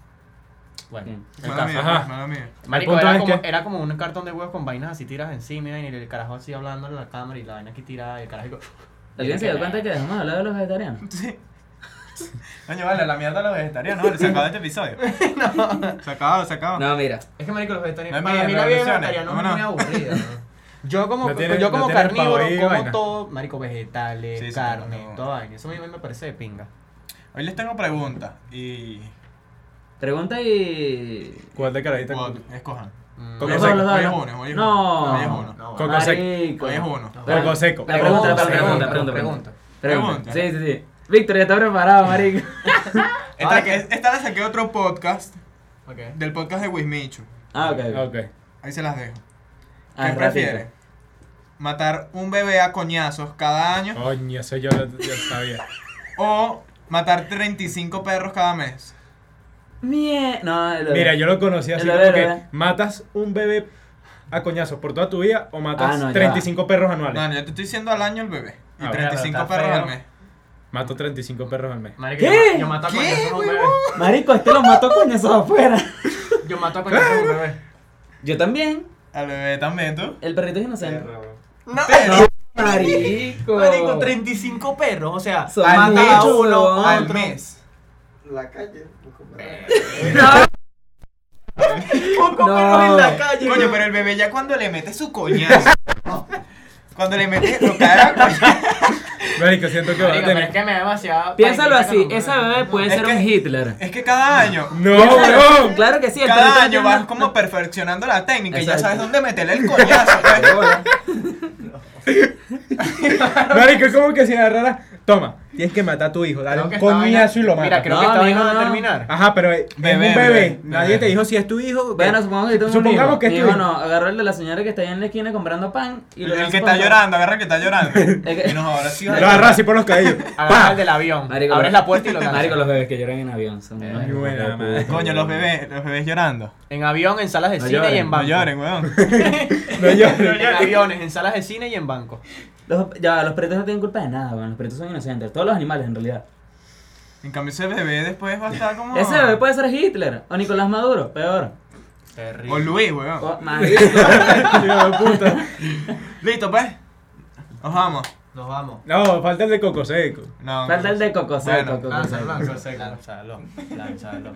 Speaker 1: Bueno,
Speaker 3: Bien.
Speaker 1: el
Speaker 4: Mala
Speaker 1: caso.
Speaker 4: mía,
Speaker 2: Ajá.
Speaker 4: pues, mala mía.
Speaker 1: Marico,
Speaker 2: El punto
Speaker 1: era
Speaker 2: es
Speaker 1: como,
Speaker 2: que-
Speaker 1: era como un cartón de huevos con vainas así tiras encima y el carajo así hablando en la cámara y la vaina aquí tirada y el carajo.
Speaker 3: ¿Alguien se dio cuenta que dejamos de hablar de los vegetarianos?
Speaker 4: Sí. Coño, vale, la mierda de los vegetarianos, vale, se acaba este episodio. no. Se acaba, se acaba.
Speaker 3: No, mira.
Speaker 1: Es que marico, los vegetarianos.
Speaker 4: No hay
Speaker 1: para
Speaker 4: miedo,
Speaker 1: mí la vida de
Speaker 4: revoluciones.
Speaker 1: vegetariano es muy
Speaker 4: Vámonos.
Speaker 1: aburrida. ¿no? Yo como, pues,
Speaker 2: No tiene-
Speaker 1: yo como
Speaker 2: no tiene
Speaker 1: carnívoro,
Speaker 2: pavo y
Speaker 1: como
Speaker 2: vaina.
Speaker 1: todo, marico, vegetales,
Speaker 4: Sí, sí,
Speaker 1: carne,
Speaker 4: no.
Speaker 1: toda vaina. Eso a mí me parece de pinga.
Speaker 4: Hoy les tengo preguntas y.
Speaker 3: Pregunta y.
Speaker 2: ¿Cuál de carajita?
Speaker 4: Wow, Escojan.
Speaker 1: Mm.
Speaker 2: Coco
Speaker 4: Hoy es
Speaker 2: seco.
Speaker 4: uno, hoy es
Speaker 3: No.
Speaker 4: uno, hoy es
Speaker 3: No.
Speaker 4: uno. Hoy es uno.
Speaker 1: No,
Speaker 2: Coco
Speaker 1: vale.
Speaker 2: seco.
Speaker 3: Marico.
Speaker 4: Hoy es uno.
Speaker 2: Coco
Speaker 3: Vale.
Speaker 2: seco.
Speaker 3: La pregunta, la
Speaker 1: Pregunta,
Speaker 3: pregunta, pregunta, pregunta.
Speaker 1: pregunta.
Speaker 3: Pregunta.
Speaker 4: Pregunta.
Speaker 3: Sí, sí, sí. Víctor, ya está preparado, marico.
Speaker 1: Ah,
Speaker 4: Esta, que, esta la saqué de otro podcast,
Speaker 1: Ok.
Speaker 4: del podcast de Wismichu.
Speaker 3: Ah, ok.
Speaker 2: Ok.
Speaker 4: Ahí se las dejo.
Speaker 3: Ah,
Speaker 4: ¿Qué
Speaker 3: ratito.
Speaker 4: prefieres? ¿Matar un bebé a coñazos cada año
Speaker 2: Coño, eso yo lo yo sabía.
Speaker 4: o matar 35 perros cada mes?
Speaker 3: Mie... No, lo-
Speaker 2: Mira, yo lo conocí así
Speaker 3: Lo
Speaker 2: como
Speaker 3: veo,
Speaker 2: que
Speaker 3: lo veo.
Speaker 2: matas un bebé a coñazos por toda tu vida o matas
Speaker 3: Ah, no, ya
Speaker 2: 35 perros anuales.
Speaker 4: No, no, yo te estoy diciendo al año el bebé y
Speaker 2: Ah, bueno,
Speaker 4: 35
Speaker 1: está
Speaker 4: perros
Speaker 1: feo.
Speaker 4: al mes.
Speaker 2: Mato 35 perros al mes.
Speaker 1: Marico,
Speaker 3: ¿Qué?
Speaker 1: Yo, yo mato a
Speaker 4: ¿Qué,
Speaker 1: coñazos a un bebé.
Speaker 3: Marico, este lo mató con eso afuera.
Speaker 1: Yo mato a coñazos a un bebé.
Speaker 3: Yo también.
Speaker 4: Al bebé también, ¿tú?
Speaker 3: El perrito es inocente.
Speaker 1: No.
Speaker 3: Marico.
Speaker 1: Marico, 35 perros, o sea,
Speaker 3: Son
Speaker 1: mata a
Speaker 3: muchos,
Speaker 1: uno,
Speaker 3: weón.
Speaker 1: a
Speaker 4: Al
Speaker 1: otro.
Speaker 4: mes.
Speaker 5: La calle. no como la-
Speaker 1: Poco
Speaker 3: No.
Speaker 1: perros en la calle.
Speaker 4: Coño, pero el bebé ya cuando le mete su coñazo. cuando le mete lo cae a coñazo.
Speaker 2: Marico, siento que va a
Speaker 1: Marico, pero es
Speaker 2: tener.
Speaker 1: que me da demasiado.
Speaker 3: Piénsalo así,
Speaker 1: painita
Speaker 3: esa
Speaker 1: con un
Speaker 3: bebé puede
Speaker 4: Es
Speaker 3: ser un
Speaker 4: que-
Speaker 3: Hitler.
Speaker 4: Es que cada año.
Speaker 2: ¡No,
Speaker 3: Piénsalo,
Speaker 2: weón!
Speaker 3: Claro que sí, el perrito
Speaker 4: Cada año
Speaker 3: tiene
Speaker 4: vas
Speaker 3: una-
Speaker 4: como perfeccionando la técnica y ya
Speaker 3: Exacto.
Speaker 4: sabes dónde meterle el coñazo. pues.
Speaker 2: Marico, es como que si agarrara. Toma, tienes que matar a tu hijo. Dale
Speaker 1: Creo
Speaker 2: un
Speaker 1: que esta
Speaker 2: coñazo y
Speaker 1: vaina-
Speaker 2: lo matas.
Speaker 1: Mira, creo
Speaker 3: No,
Speaker 1: que esta
Speaker 3: amigo,
Speaker 1: vaina va a
Speaker 3: no.
Speaker 1: terminar.
Speaker 2: Ajá, pero eh, es un
Speaker 4: Bebé,
Speaker 2: bebé.
Speaker 4: bebé.
Speaker 2: Nadie
Speaker 4: Bebé.
Speaker 2: te dijo si es tu hijo.
Speaker 3: Bueno, supongo que tengo
Speaker 2: Supongamos
Speaker 3: un hijo.
Speaker 2: que
Speaker 3: Mi
Speaker 2: es tu
Speaker 3: hijo
Speaker 2: hijo.
Speaker 3: no, agarró el de la señora que está ahí en la esquina comprando pan y lo
Speaker 4: El
Speaker 3: lanzó
Speaker 4: que
Speaker 3: para
Speaker 4: está
Speaker 3: un-
Speaker 4: llorando, agarra el que está llorando.
Speaker 3: que-
Speaker 4: Y nos ahora sí.
Speaker 2: Lo agarra así por los cabellos.
Speaker 1: Agarra
Speaker 2: ¡Pa!
Speaker 1: el del avión.
Speaker 3: Marico,
Speaker 1: Abres
Speaker 3: lo-
Speaker 1: la puerta y lo lanzas.
Speaker 3: Marico, los bebés que lloran en avión son unos
Speaker 1: Eh,
Speaker 3: hijos
Speaker 2: buena
Speaker 3: de puta.
Speaker 2: madre.
Speaker 4: Coño, los bebés, los bebés llorando.
Speaker 1: En avión, en salas de
Speaker 3: No
Speaker 1: cine y
Speaker 3: lloren,
Speaker 1: en
Speaker 4: No
Speaker 1: banco.
Speaker 4: lloren, weón.
Speaker 2: No llores.
Speaker 1: En aviones, en salas de cine y en banco.
Speaker 3: Los, ya, los perritos no tienen culpa de nada, weón. Los perritos son inocentes. Todos los animales, en realidad.
Speaker 4: En cambio, ese bebé después va a estar como.
Speaker 3: Ese bebé puede ser Hitler o Nicolás Maduro, peor.
Speaker 4: O Luis, weón.
Speaker 3: O- marico.
Speaker 2: Hijo de puta.
Speaker 4: Listo, pues. Nos vamos.
Speaker 1: Nos vamos.
Speaker 2: No, falta el de Coco Seco.
Speaker 4: No,
Speaker 3: Falta el
Speaker 4: no.
Speaker 3: de Coco Seco,
Speaker 4: Bueno,
Speaker 3: Coco
Speaker 1: Lánzalo,
Speaker 3: Seco.
Speaker 1: lánzalo. Lánzalo, lánzalo.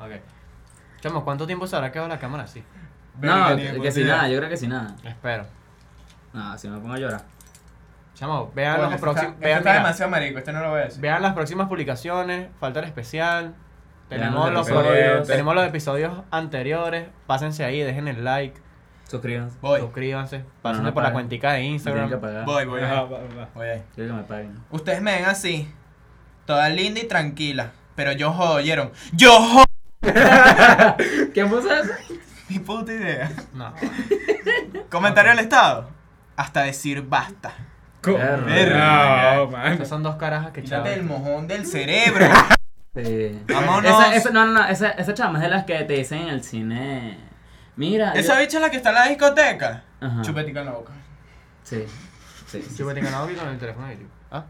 Speaker 1: Ok. Chamo, ¿cuánto tiempo se habrá quedado la cámara así?
Speaker 3: No,
Speaker 4: Verga,
Speaker 3: que,
Speaker 4: ni
Speaker 3: que si
Speaker 4: idea.
Speaker 3: nada, yo creo que si nada.
Speaker 1: Espero.
Speaker 3: No, si me pongo a llorar.
Speaker 1: Chamo, vean,
Speaker 4: Coño,
Speaker 1: los
Speaker 4: este está-
Speaker 1: próximos,
Speaker 4: este
Speaker 1: vean,
Speaker 4: está
Speaker 1: mira,
Speaker 4: demasiado marico, este no lo voy a decir.
Speaker 1: vean las próximas publicaciones. Falta el especial.
Speaker 3: Vean
Speaker 1: Tenemos los,
Speaker 3: los
Speaker 2: episodios.
Speaker 1: tenemos los episodios anteriores. Pásense ahí, dejen el like.
Speaker 3: Suscríbanse.
Speaker 4: Voy.
Speaker 1: Suscríbanse. Pásense
Speaker 3: no
Speaker 1: por la
Speaker 3: paguen.
Speaker 1: cuentica de
Speaker 3: Me tienen que
Speaker 1: Instagram.
Speaker 3: pagar.
Speaker 4: Voy, voy.
Speaker 2: Ajá,
Speaker 4: ahí.
Speaker 2: va, va.
Speaker 4: Voy ahí.
Speaker 3: Quiero que me paguen.
Speaker 4: Ustedes me ven así. Toda linda y tranquila. Pero yo jodo, oyeron. Yo jodo.
Speaker 3: ¿Quién puso eso?
Speaker 4: Mi puta idea.
Speaker 1: No.
Speaker 4: Comentario al Estado. Hasta decir basta.
Speaker 2: Co-
Speaker 3: Verga.
Speaker 2: No, man.
Speaker 1: Esas son dos carajas que
Speaker 4: Quítate el
Speaker 1: chaval.
Speaker 4: mojón del cerebro.
Speaker 3: Sí.
Speaker 4: Vámonos.
Speaker 3: Esa, esa, no, no, no, esa, esa chama es de las que te dicen en el cine. Mira. yo-
Speaker 4: Esa bicha es la que está en la discoteca.
Speaker 3: Ajá.
Speaker 4: Chupetica en la boca.
Speaker 3: Sí. Sí. sí.
Speaker 1: Yo me tengo novio con el teléfono ahí, tío. ¿Ah?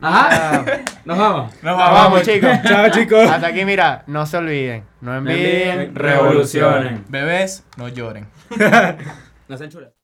Speaker 3: Ajá. Nos vamos.
Speaker 4: Nos
Speaker 1: Ah, vamos, chicos.
Speaker 2: Chao, chicos.
Speaker 1: Hasta aquí, mira, no se olviden. No envidien,
Speaker 2: revoluciones.
Speaker 4: Bebés, no lloren.
Speaker 3: No sean chulas.